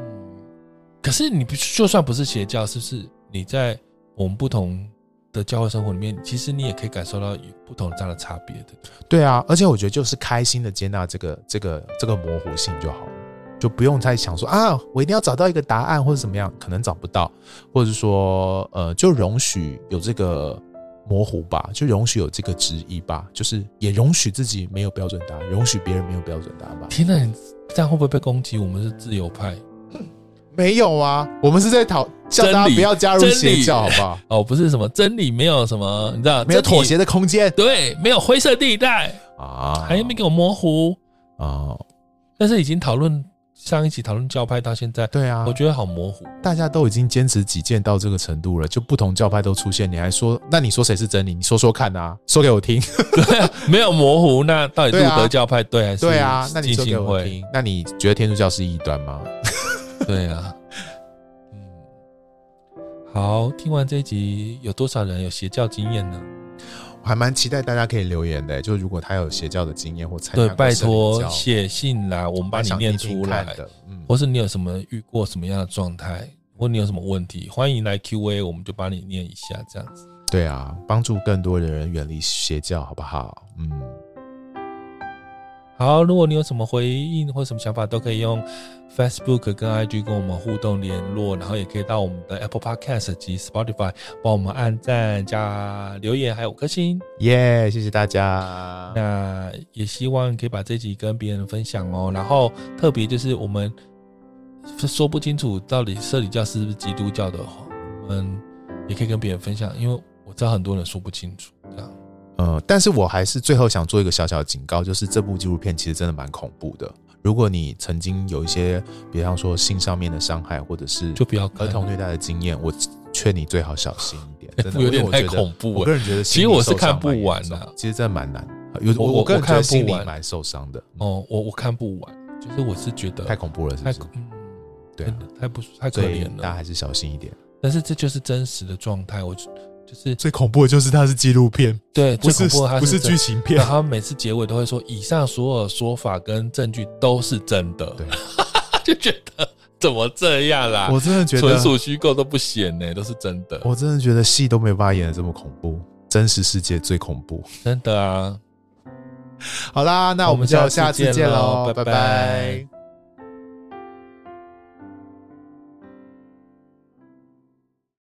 S3: 可是你不就算不是邪教，是不是你在我们不同的教会生活里面，其实你也可以感受到有不同这样的差别的？
S4: 对啊，而且我觉得就是开心的接纳这个这个这个模糊性就好了，就不用再想说啊，我一定要找到一个答案或者怎么样，可能找不到，或者说呃，就容许有这个模糊吧，就容许有这个质疑吧，就是也容许自己没有标准答案，容许别人没有标准答案吧。
S3: 天哪，你这样会不会被攻击？我们是自由派
S4: 没有啊，我们是在讨叫
S3: 真理
S4: 大家不要加入
S3: 真理
S4: 邪教，好不好？
S3: 哦，不是什么真理，没有什么，你知道，
S4: 没有
S3: 真理
S4: 妥协的空间
S3: 对，没有灰色地带，
S4: 啊
S3: 还没给我模糊。
S4: 啊，
S3: 但是已经讨论上一期讨论教派到现在，
S4: 对啊，
S3: 我觉得好模糊。
S4: 大家都已经坚持己见到这个程度了，就不同教派都出现，你还说那你说谁是真理？你说说看啊，说给我 听。
S3: 没有模糊，那到底
S4: 对
S3: 路
S4: 啊
S3: 德教派对还是
S4: 对啊，那你
S3: 浸
S4: 说给
S3: 信
S4: 我
S3: 会？
S4: 听。那你觉得天主教是异端吗？
S3: 对啊，嗯，好，听完这一集，有多少人有邪教经验呢？
S4: 我还蛮期待大家可以留言的，就如果他有邪教的经验或参加
S3: 对，
S4: 过
S3: 拜
S4: 圣灵
S3: 托
S4: 教
S3: 写信啦，我们帮
S4: 蛮
S3: 你
S4: 想
S3: 念
S4: 听听
S3: 出来
S4: 看。的。嗯，
S3: 或是你有什么遇过什么样的状态，或你有什么问题，欢迎来 Q&A，我们就帮你念一下这样子。
S4: 对啊，帮助更多的人远离邪教，好不好？嗯，
S3: 好，如果你有什么回应或什么想法，都可以用 Facebook 跟 IG 跟我们互动联络，然后也可以到我们的 Apple Podcast 及 Spotify 帮我们按赞、加留言，还有五颗星。
S4: 耶、谢谢大家。
S3: 那也希望可以把这集跟别人分享哦。然后特别就是我们说不清楚到底社里教是不是基督教的话，我们也可以跟别人分享，因为我知道很多人说不清楚。这样
S4: 呃，但是我还是最后想做一个小小的警告，就是这部纪录片其实真的蛮恐怖的。如果你曾经有一些，比方说性上面的伤害，或者是
S3: 就不要
S4: 儿
S3: 看
S4: 童虐待的经验，我劝你最好小心一点，真的，
S3: 哎有点
S4: 因为我觉得
S3: 太恐怖了
S4: 我个人觉得
S3: 其
S4: 心
S3: 实
S4: 理
S3: 我是
S4: 受伤
S3: 看不
S4: 蛮严
S3: 完
S4: 重
S3: 啊
S4: 其实真的蛮难。有
S3: 我
S4: 我
S3: 我
S4: 个人觉
S3: 看
S4: 得
S3: 不
S4: 心里
S3: 完
S4: 蛮受伤的，
S3: 哦，我我看不完，就是我是觉得
S4: 太恐怖了，是不
S3: 太
S4: 是？
S3: 可嗯，
S4: 对啊
S3: 真的太不太可
S4: 所以
S3: 怜
S4: 大家
S3: 了。
S4: 还是小心一点。
S3: 但是这就是真实的状态，我就就是
S4: 最恐怖的就是它是纪录片，
S3: 对最恐怖的他真
S4: 情
S3: 然后他每次结尾都会说，以上所有说法跟证据都是真的，
S4: 对，
S3: 就觉得怎么这样啦？
S4: 我真的觉
S3: 纯
S4: 得，
S3: 属虚构都不显呢、都是真的，
S4: 我真的觉得戏都没有办法演的这么恐怖，真实世界最恐怖。
S3: 真的啊。
S4: 好啦，那
S3: 我
S4: 我
S3: 们
S4: 们
S3: 下
S4: 就
S3: 次
S4: 下次
S3: 见
S4: 见
S3: 咯
S4: 喽，
S3: 拜
S4: 拜
S3: 拜
S4: 拜